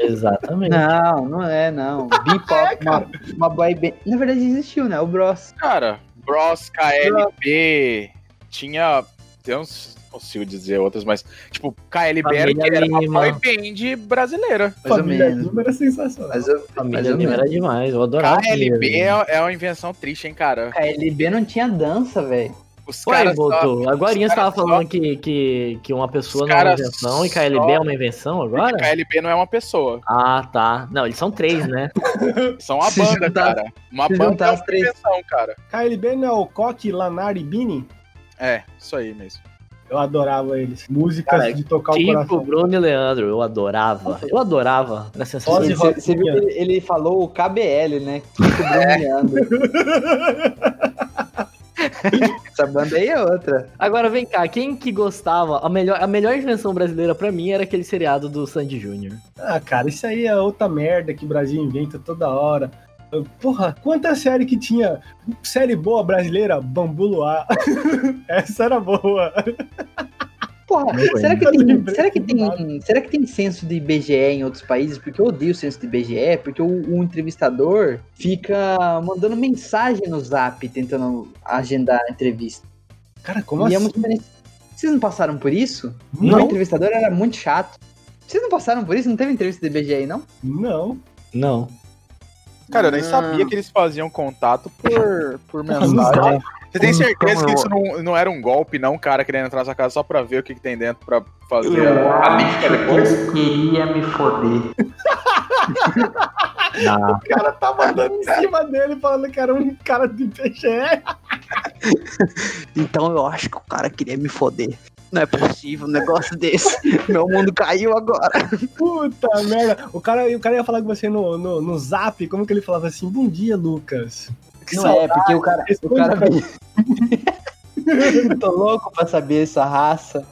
Speaker 3: Exatamente.
Speaker 5: Não, não é, não. B-pop, uma, uma boy band. Na verdade existiu, né? O Bros.
Speaker 6: Cara, Bros, KLB, tinha... Eu não s- consigo dizer outras, mas... Tipo, KLB era,
Speaker 3: Família
Speaker 6: que era uma
Speaker 3: Lima.
Speaker 6: boy band brasileira.
Speaker 5: Mais ou
Speaker 2: Família
Speaker 5: menos.
Speaker 2: Lima era sensacional.
Speaker 5: Mas o
Speaker 3: Família
Speaker 5: ou
Speaker 3: Lima
Speaker 5: menos.
Speaker 3: era demais, eu adorava. né? Família
Speaker 6: KLB
Speaker 3: Lima.
Speaker 6: é, é uma invenção triste, hein, cara?
Speaker 5: KLB não tinha dança, velho.
Speaker 6: Os
Speaker 3: Ué,
Speaker 6: caras só-
Speaker 3: Boto, agora
Speaker 6: os
Speaker 3: você tava
Speaker 6: caras só-
Speaker 3: falando que, que, que uma pessoa
Speaker 6: Os
Speaker 3: não é uma
Speaker 6: caras
Speaker 3: invenção e KLB é uma invenção agora?
Speaker 6: KLB não é uma pessoa,
Speaker 3: Ah, tá. Não, eles são três, né?
Speaker 6: são uma
Speaker 5: Se
Speaker 6: banda,
Speaker 5: juntar-
Speaker 6: cara. Uma
Speaker 5: se
Speaker 6: banda
Speaker 5: juntar
Speaker 6: é
Speaker 5: as
Speaker 6: uma
Speaker 5: três.
Speaker 6: invenção, cara.
Speaker 2: KLB não é o Coque, Lanar e Bini?
Speaker 6: É, isso aí mesmo.
Speaker 2: Eu adorava eles. Músicas
Speaker 3: Cara,
Speaker 2: de tocar o
Speaker 3: Tipo,
Speaker 2: coração.
Speaker 3: Bruno e Leandro, eu adorava. Eu adorava. Era sensacional.
Speaker 2: Ozzy
Speaker 5: Você você viu que
Speaker 2: Rocinha.
Speaker 5: ele, ele falou o KBL, né? Kiko Bruno Leandro. Essa banda aí é outra.
Speaker 3: Agora vem cá, quem que gostava? A melhor, a melhor invenção brasileira pra mim era aquele seriado do Sandy Júnior.
Speaker 2: Ah, cara, isso aí é outra merda que o Brasil inventa toda hora. Eu- Porra, quanta série que tinha? Série boa brasileira, Bambu Luar. Essa era boa. Ah,
Speaker 5: Porra,
Speaker 3: Não
Speaker 5: será que,
Speaker 2: lembro. Eu
Speaker 5: tem,
Speaker 2: lembrei
Speaker 5: será, que
Speaker 2: do
Speaker 5: tem, será que tem censo de IBGE em outros países? Porque eu odeio o censo de IBGE, porque o, o entrevistador fica mandando mensagem no zap tentando agendar a entrevista.
Speaker 2: Cara, como
Speaker 5: e
Speaker 2: assim?
Speaker 5: é muito diferente. Vocês não passaram por isso? O
Speaker 2: Não,
Speaker 5: Um entrevistador era muito chato. Vocês não passaram por isso? Não teve entrevista do IBGE, não?
Speaker 2: não.
Speaker 3: Não.
Speaker 6: Cara, eu nem
Speaker 5: Ah.
Speaker 6: sabia que eles faziam contato por, por mensagem.
Speaker 2: Não.
Speaker 6: Você tem certeza
Speaker 7: Como
Speaker 6: que
Speaker 7: eu-
Speaker 6: isso não, não era um golpe, não, um cara querendo entrar na sua casa só pra ver o que, que tem dentro pra fazer?
Speaker 7: Eu
Speaker 6: a-
Speaker 7: acho que eu queria me foder.
Speaker 3: Ah,
Speaker 2: O cara tava andando em cima dele falando que era um cara de PGE.
Speaker 8: Então eu acho que o cara queria me foder. Não é possível um negócio desse. Meu mundo caiu agora.
Speaker 2: Puta merda. O cara, o cara ia falar com você no, no, no zap. Como que ele falava assim? Bom dia, Lucas. Que
Speaker 5: não
Speaker 2: saudade.
Speaker 5: é, porque o cara. O
Speaker 2: Responde
Speaker 5: cara
Speaker 2: pra
Speaker 5: Eu tô louco pra saber essa raça.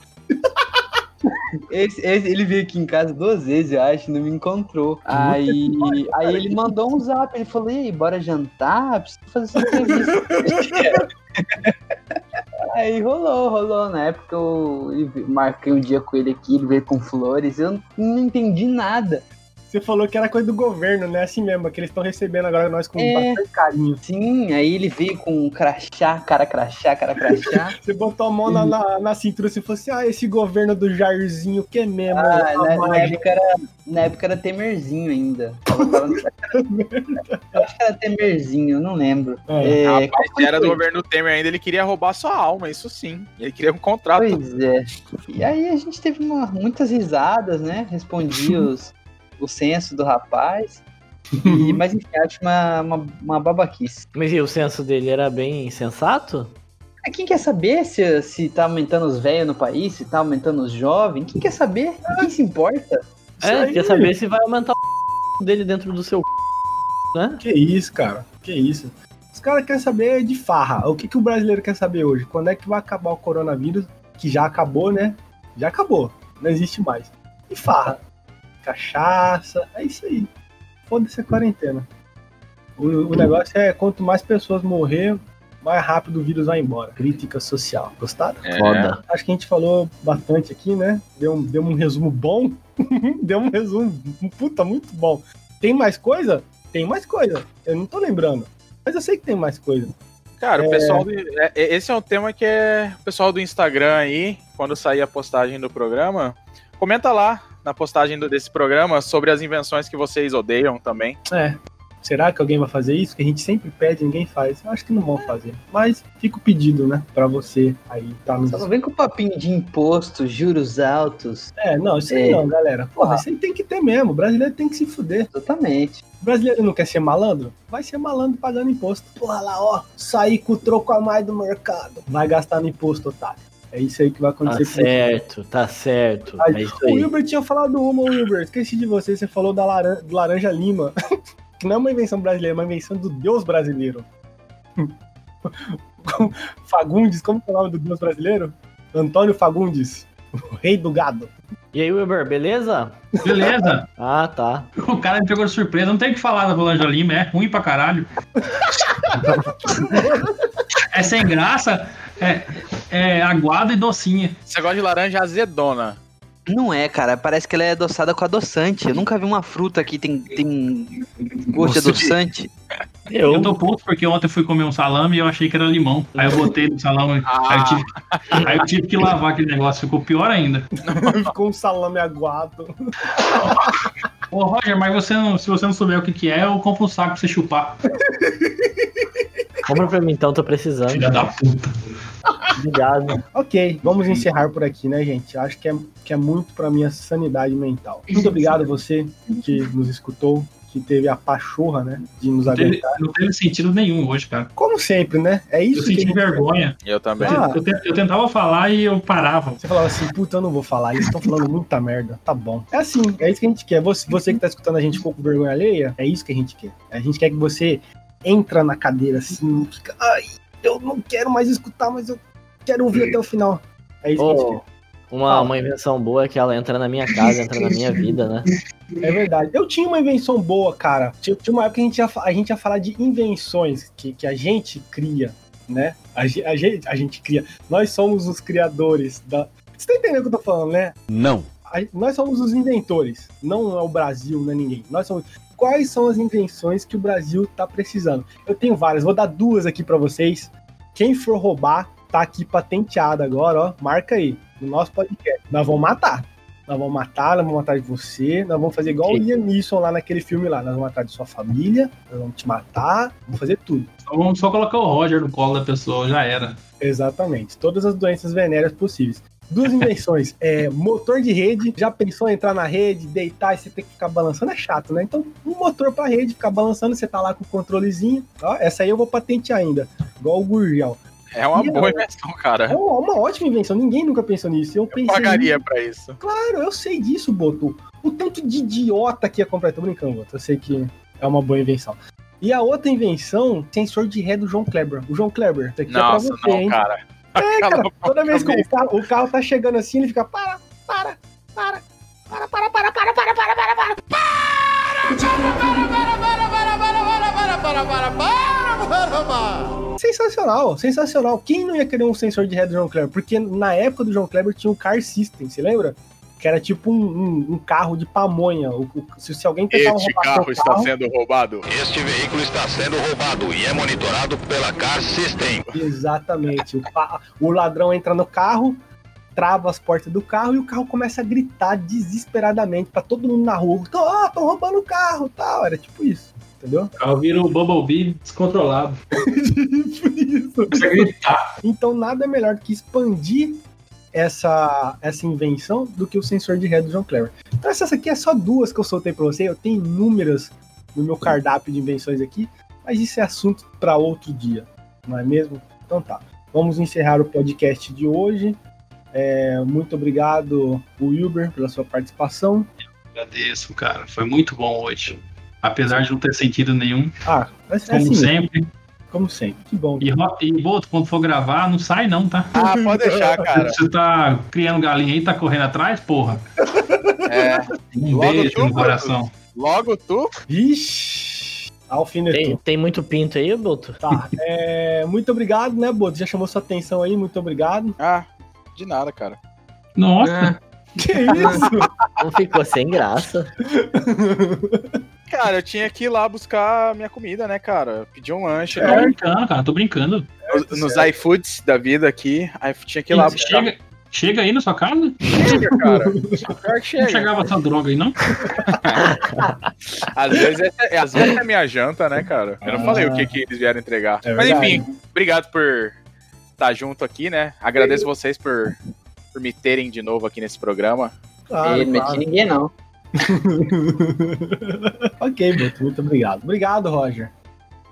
Speaker 5: Esse- esse- ele veio aqui em casa duas vezes, eu acho, não me encontrou. Aí, aí ele mandou um zap, ele falou, e aí, bora jantar? Preciso fazer essa entrevista. aí rolou, rolou. Na época eu ele- marquei um dia com ele aqui, ele veio com flores, eu não entendi nada.
Speaker 2: Você falou que era coisa do governo, né? Assim mesmo, que eles estão recebendo agora nós com um
Speaker 5: É.
Speaker 2: bastante carinho.
Speaker 5: Sim, aí ele veio com um crachá, cara crachá, cara crachá.
Speaker 2: Você botou a mão na, na, na cintura e falou assim: ah, esse governo do Jairzinho que é mesmo.
Speaker 5: Ah,
Speaker 2: a
Speaker 5: na, na
Speaker 2: mágica."
Speaker 5: época era, na época era Temerzinho ainda. Eu tava- Eu acho que era Temerzinho, eu não lembro.
Speaker 2: É.
Speaker 5: É, qual
Speaker 6: Rapaz,
Speaker 5: foi
Speaker 6: se era
Speaker 5: o
Speaker 6: do governo Temer ainda, ele queria roubar sua alma, isso sim. Ele queria um contrato.
Speaker 5: Pois é. E aí a gente teve uma- muitas risadas, né? Respondi os, o senso do rapaz. E, mas enfim, acho uma, uma, uma babaquice.
Speaker 3: Mas e o senso dele era bem sensato?
Speaker 5: Ah, Quem quer saber se, se tá aumentando os velhos no país, se tá aumentando os jovens? Quem quer saber? Quem se importa?
Speaker 3: é,
Speaker 2: aí.
Speaker 3: quer saber se vai aumentar o dele dentro do seu né?
Speaker 2: Que isso, cara. Que isso. Os caras querem saber de farra. O que, que o brasileiro quer saber hoje? Quando é que vai acabar o coronavírus? Que já acabou, né? Já acabou. Não existe mais. E farra. Cachaça. É isso aí. Foda-se a quarentena. O, o negócio é quanto mais pessoas morrer, mais rápido o vírus vai embora. Crítica social. Gostaram?
Speaker 6: É.
Speaker 3: Foda.
Speaker 2: Acho que a gente falou bastante aqui, né? Deu um, deu um resumo bom. deu um resumo, puta, muito bom. Tem mais coisa? Tem mais coisa. Eu não tô lembrando. Mas eu sei que tem mais coisa.
Speaker 6: Cara, o pessoal. do- é- é- esse é um tema que é. O pessoal do Instagram aí, quando sair a postagem do programa, comenta lá na postagem do- desse programa sobre as invenções que vocês odeiam também.
Speaker 2: É. Será que alguém vai fazer isso? Que a gente sempre pede, ninguém faz. Eu acho que não vão fazer. Mas fica o pedido, né? Pra você aí tá nos.
Speaker 5: Só não vem com papinho de imposto, juros altos.
Speaker 2: É, não, isso aí
Speaker 5: É.
Speaker 2: não, galera. Porra,
Speaker 5: Ah.
Speaker 2: isso aí tem que ter mesmo. O brasileiro tem que se fuder.
Speaker 5: Exatamente.
Speaker 2: O brasileiro não quer ser malandro? Vai ser malandro pagando imposto. Porra lá, ó, sair com o troco a mais do mercado. Vai gastar no imposto, otário. É isso aí que vai
Speaker 3: Tá
Speaker 2: acontecer com você.
Speaker 3: certo, tá certo.
Speaker 2: Ai,
Speaker 3: É isso
Speaker 2: O
Speaker 3: aí.
Speaker 2: Wilbert tinha falado uma, Wilbert. Esqueci de você, você falou da laran- do laranja lima. que não é uma invenção brasileira, é uma invenção do deus brasileiro. Fagundes, como que é o nome do deus brasileiro? Antônio Fagundes, o rei do gado.
Speaker 3: E aí, Weber, beleza?
Speaker 4: Beleza?
Speaker 3: Ah, tá.
Speaker 4: O cara me pegou de surpresa. Não tem o que falar da Valange Lima, é ruim pra caralho. é sem graça, é, é aguada e docinha.
Speaker 6: Você gosta de laranja azedona.
Speaker 8: Não é, cara. Parece que ela é adoçada com adoçante. Eu nunca vi uma fruta que tem, tem gosto de
Speaker 1: Você-
Speaker 8: adoçante.
Speaker 3: Eu,
Speaker 4: Eu tô puto porque ontem eu fui comer um salame e eu achei que era limão. Aí eu botei no salame. Aí, eu tive, aí eu tive que lavar aquele negócio, ficou pior ainda.
Speaker 2: Ficou um salame aguado.
Speaker 4: Ô Roger, mas você não- se você não souber o que, que é, eu compro um saco pra você chupar.
Speaker 3: compra pra mim então, tô
Speaker 2: Tá
Speaker 3: precisando.
Speaker 4: Filha da puta.
Speaker 3: Obrigado.
Speaker 2: Ok, vamos encerrar por aqui, né, gente? Acho que é, que é muito pra minha sanidade mental. Muito obrigado a você que nos escutou, que teve a pachorra, né, de nos
Speaker 4: Não teve,
Speaker 2: aguentar.
Speaker 4: não teve sentido nenhum hoje, cara.
Speaker 2: Como sempre, né? É
Speaker 4: Eu
Speaker 2: isso que a
Speaker 4: senti
Speaker 2: gente-
Speaker 4: vergonha.
Speaker 6: Eu também.
Speaker 2: Ah.
Speaker 4: Eu, te- eu tentava falar e eu parava.
Speaker 2: Você falava assim, puta, eu não vou falar, eles estão falando muita merda. Tá bom. É assim, é isso que a gente quer. Você, você que tá escutando a gente ficou com vergonha alheia, é isso que a gente quer. A gente quer que você entra na cadeira assim, fica, ai, eu não quero mais escutar, mas eu quero ouvir até o final. É isso que a gente
Speaker 3: Ô, uma, uma invenção boa é que ela entra na minha casa, entra na minha vida, né?
Speaker 2: quer. É verdade. Eu tinha uma invenção boa, cara. Tinha, tinha uma época que a gente ia, fa- a gente ia falar de invenções que, que a gente cria, né? A, ge- a gente, a gente cria. Nós somos os criadores da. Você tá entendendo o que eu tô falando, né?
Speaker 1: Não.
Speaker 2: A- nós somos os inventores, não é o Brasil, não é ninguém. Nós somos. Quais são as invenções que o Brasil tá precisando? Eu tenho várias, vou dar duas aqui pra vocês. Quem for roubar, tá aqui patenteado agora, ó. Marca aí, no nosso podcast. Nós vamos matar. Nós vamos matar, nós vamos matar de você, nós vamos fazer igual o Liam Neeson lá naquele filme lá. Nós vamos matar de sua família, nós vamos te matar, vamos fazer tudo.
Speaker 4: Então vamos só colocar o Roger no colo da pessoa, já era.
Speaker 2: Exatamente. Todas as doenças venéreas possíveis. Duas invenções. é, motor de rede. Já pensou em entrar na rede, deitar e você ter que ficar balançando? É chato, né? Então, um motor pra rede, ficar balançando, você tá lá com o controlezinho. Ó, essa aí eu vou patentear ainda. Igual o Gurgel.
Speaker 6: É uma
Speaker 2: Não.
Speaker 6: boa invenção,
Speaker 2: É
Speaker 6: cara.
Speaker 2: uma uma ótima invenção. Ninguém nunca pensou nisso. Eu, pensei.
Speaker 6: Pagaria pra isso.
Speaker 2: Claro, eu sei disso, Boto. O tanto de idiota que ia comprar. Tô brincando, Boto. Eu sei que é uma boa invenção. E a outra invenção, sensor de ré do João Kleber. O João Kleber, isso aqui é
Speaker 6: Nossa,
Speaker 2: pra você,
Speaker 6: não,
Speaker 2: hein?
Speaker 6: cara.
Speaker 2: É,
Speaker 6: Cala
Speaker 2: cara,
Speaker 6: a boca,
Speaker 2: toda vez que
Speaker 6: amigo.
Speaker 2: o carro, o carro tá chegando assim, ele fica para, para, para, para, para, para, para, para, para, para, para. Sensacional, sensacional. Quem não ia querer um sensor de ré do João Kleber? Porque na época do João Kleber tinha o Car um System, se lembra? que era tipo um, um- um carro de pamonha. O- o- se, se alguém tentava
Speaker 6: Este
Speaker 2: roubar
Speaker 6: carro
Speaker 2: seu
Speaker 6: está sendo roubado.
Speaker 9: Este veículo está sendo roubado e é monitorado pela Car System.
Speaker 2: Exatamente. O, pa- o ladrão entra no carro, trava as portas do carro e o carro começa a gritar desesperadamente pra todo mundo na rua. Tô, ó, tô roubando o carro, tal. Era tipo isso, entendeu?
Speaker 4: O carro vira um Bumblebee descontrolado.
Speaker 2: tipo isso.
Speaker 4: Você gritar.
Speaker 2: Então nada melhor do que expandir essa, essa invenção do que o sensor de ré do John Clever. Então essas aqui é só duas que eu soltei pra você. Eu tenho inúmeras no meu cardápio de invenções aqui, mas isso é assunto pra outro dia, não é mesmo? Então tá. Vamos encerrar o podcast de hoje. É, muito obrigado, Wilber, pela sua participação.
Speaker 4: Agradeço, cara. Foi muito bom hoje. Apesar de não ter sentido nenhum,
Speaker 2: Ah, mas é assim,
Speaker 4: como
Speaker 2: mesmo,
Speaker 4: sempre.
Speaker 2: como sempre. Que bom.
Speaker 4: E, ro- e Boto, quando for gravar, não sai não, tá?
Speaker 6: Ah, pode deixar, cara.
Speaker 4: Você tá criando galinha aí, tá correndo atrás, porra.
Speaker 6: É,
Speaker 4: Um
Speaker 6: Logo
Speaker 4: beijo
Speaker 6: tu,
Speaker 4: no coração.
Speaker 6: logo tu.
Speaker 2: Vixe!
Speaker 3: Tem,
Speaker 2: Alfinetou.
Speaker 3: tem muito pinto aí, Boto?
Speaker 2: Tá. É, muito obrigado, né, Boto? Já chamou sua atenção aí, muito obrigado.
Speaker 6: Ah, de nada, cara.
Speaker 4: Nossa,
Speaker 2: Que isso?
Speaker 3: Não ficou sem graça.
Speaker 6: Cara, eu tinha que ir lá buscar minha comida, né, cara? Pedir um lanche
Speaker 2: É.
Speaker 4: eu tô brincando, cara. Tô brincando.
Speaker 6: nos, nos iFoods da vida aqui. Aí tinha que ir lá
Speaker 4: Você
Speaker 6: buscar.
Speaker 4: Chega, chega aí na sua casa?
Speaker 6: Chega, cara. Pior que
Speaker 4: Não
Speaker 6: chega.
Speaker 4: chegava essa droga aí, não?
Speaker 6: Às vezes, essa- é, às vezes é minha janta, né, cara? Eu não
Speaker 2: Ah.
Speaker 6: falei o que, que eles vieram entregar.
Speaker 2: É
Speaker 6: Mas
Speaker 2: verdade.
Speaker 6: enfim, obrigado por estar junto aqui, né? Agradeço vocês por, por me terem de novo aqui nesse programa.
Speaker 2: Claro,
Speaker 5: e meti
Speaker 2: claro.
Speaker 5: ninguém, não.
Speaker 2: ok, Boto, muito obrigado. Obrigado, Roger,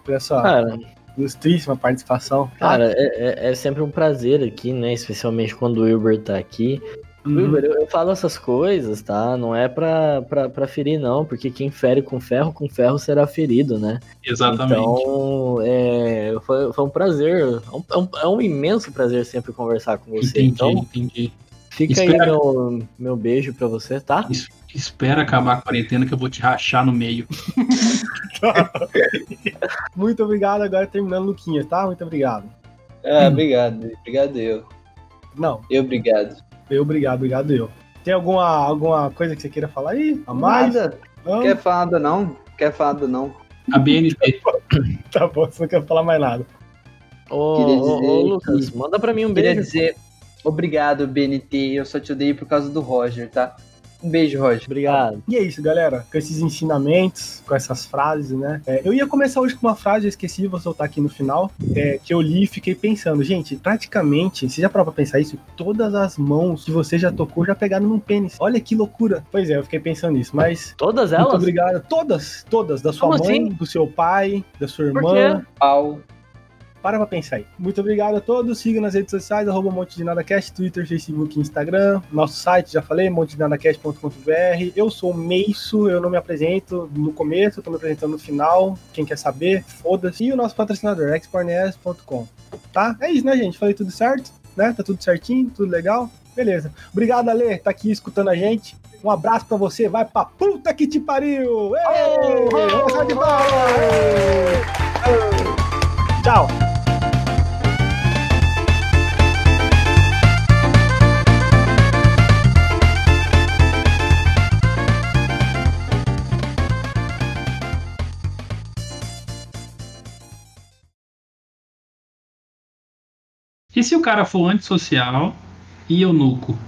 Speaker 2: pela
Speaker 5: Ah.
Speaker 2: sua
Speaker 3: Cara,
Speaker 2: ilustríssima participação. tá?
Speaker 3: Cara, é, é- é sempre um prazer aqui, né? Especialmente quando o Wilber tá aqui.
Speaker 2: Uhum.
Speaker 3: Wilber, eu, eu falo essas coisas, tá? Não é pra, pra, pra ferir, não, porque quem fere com ferro, com ferro será ferido, né?
Speaker 4: Exatamente.
Speaker 3: Então, é, foi, foi um prazer. É um, é um- é um imenso prazer sempre conversar com você.
Speaker 4: entendi,
Speaker 3: Então,
Speaker 4: entendi.
Speaker 3: fica aí
Speaker 4: Espera.
Speaker 3: meu, meu beijo pra você, tá?
Speaker 4: Es- Espera acabar a quarentena que eu vou te rachar no meio.
Speaker 2: Muito obrigado, agora terminando, Luquinha, tá? Muito obrigado.
Speaker 6: é-
Speaker 5: Ah, obrigado. Obrigado eu.
Speaker 2: Não,
Speaker 5: Eu obrigado.
Speaker 2: eu obrigado, obrigado eu. Tem alguma, alguma coisa que você queira falar aí? A mais?
Speaker 5: Nada.
Speaker 2: Não?
Speaker 5: Quer falar nada não? Quer falar nada não?
Speaker 4: A BNT.
Speaker 2: Tá bom, você não quer falar mais nada.
Speaker 3: Ô,
Speaker 5: Queria
Speaker 3: ô,
Speaker 5: dizer
Speaker 3: ô, Lucas,
Speaker 5: que-
Speaker 3: manda pra mim um
Speaker 5: Queria
Speaker 3: beijo.
Speaker 5: dizer obrigado, BNT. Eu só te odeio por causa do Roger, tá? Um beijo, Roger.
Speaker 3: Obrigado.
Speaker 2: E é isso, galera. Com esses ensinamentos, com essas frases, né? É, eu ia começar hoje com uma frase, eu esqueci, vou soltar aqui no final, é, que eu li e fiquei pensando. Gente, praticamente, você já parou pra pensar isso? Todas as mãos que você já tocou já pegaram num pênis. Olha que loucura. Pois é, eu fiquei pensando nisso, mas...
Speaker 3: Todas
Speaker 2: Muito
Speaker 3: elas?
Speaker 2: obrigado. Todas, todas. Da sua
Speaker 3: Como
Speaker 2: mãe,
Speaker 3: assim?
Speaker 2: do seu pai, da sua
Speaker 3: Por
Speaker 2: irmã.
Speaker 5: Pau.
Speaker 2: Para pra pensar aí. Muito obrigado a todos. Siga nas redes sociais, arroba Monte de NadaCast, Twitter, Facebook, Instagram. Nosso site, já falei, montedenadacast.com.br. Eu sou o Meisso, eu não me apresento no começo, eu tô me apresentando no final. Quem quer saber, foda-se. E o nosso patrocinador, expornes.com. Tá? É isso, né, gente? Falei tudo certo, né? Tá tudo certinho, tudo legal. Beleza. Obrigado, Ale, tá aqui escutando a gente. Um abraço pra você, vai pra puta que te pariu! Ei! Vamos sair de bala! Ei! Tchau!
Speaker 4: E se o cara for antissocial e eunuco?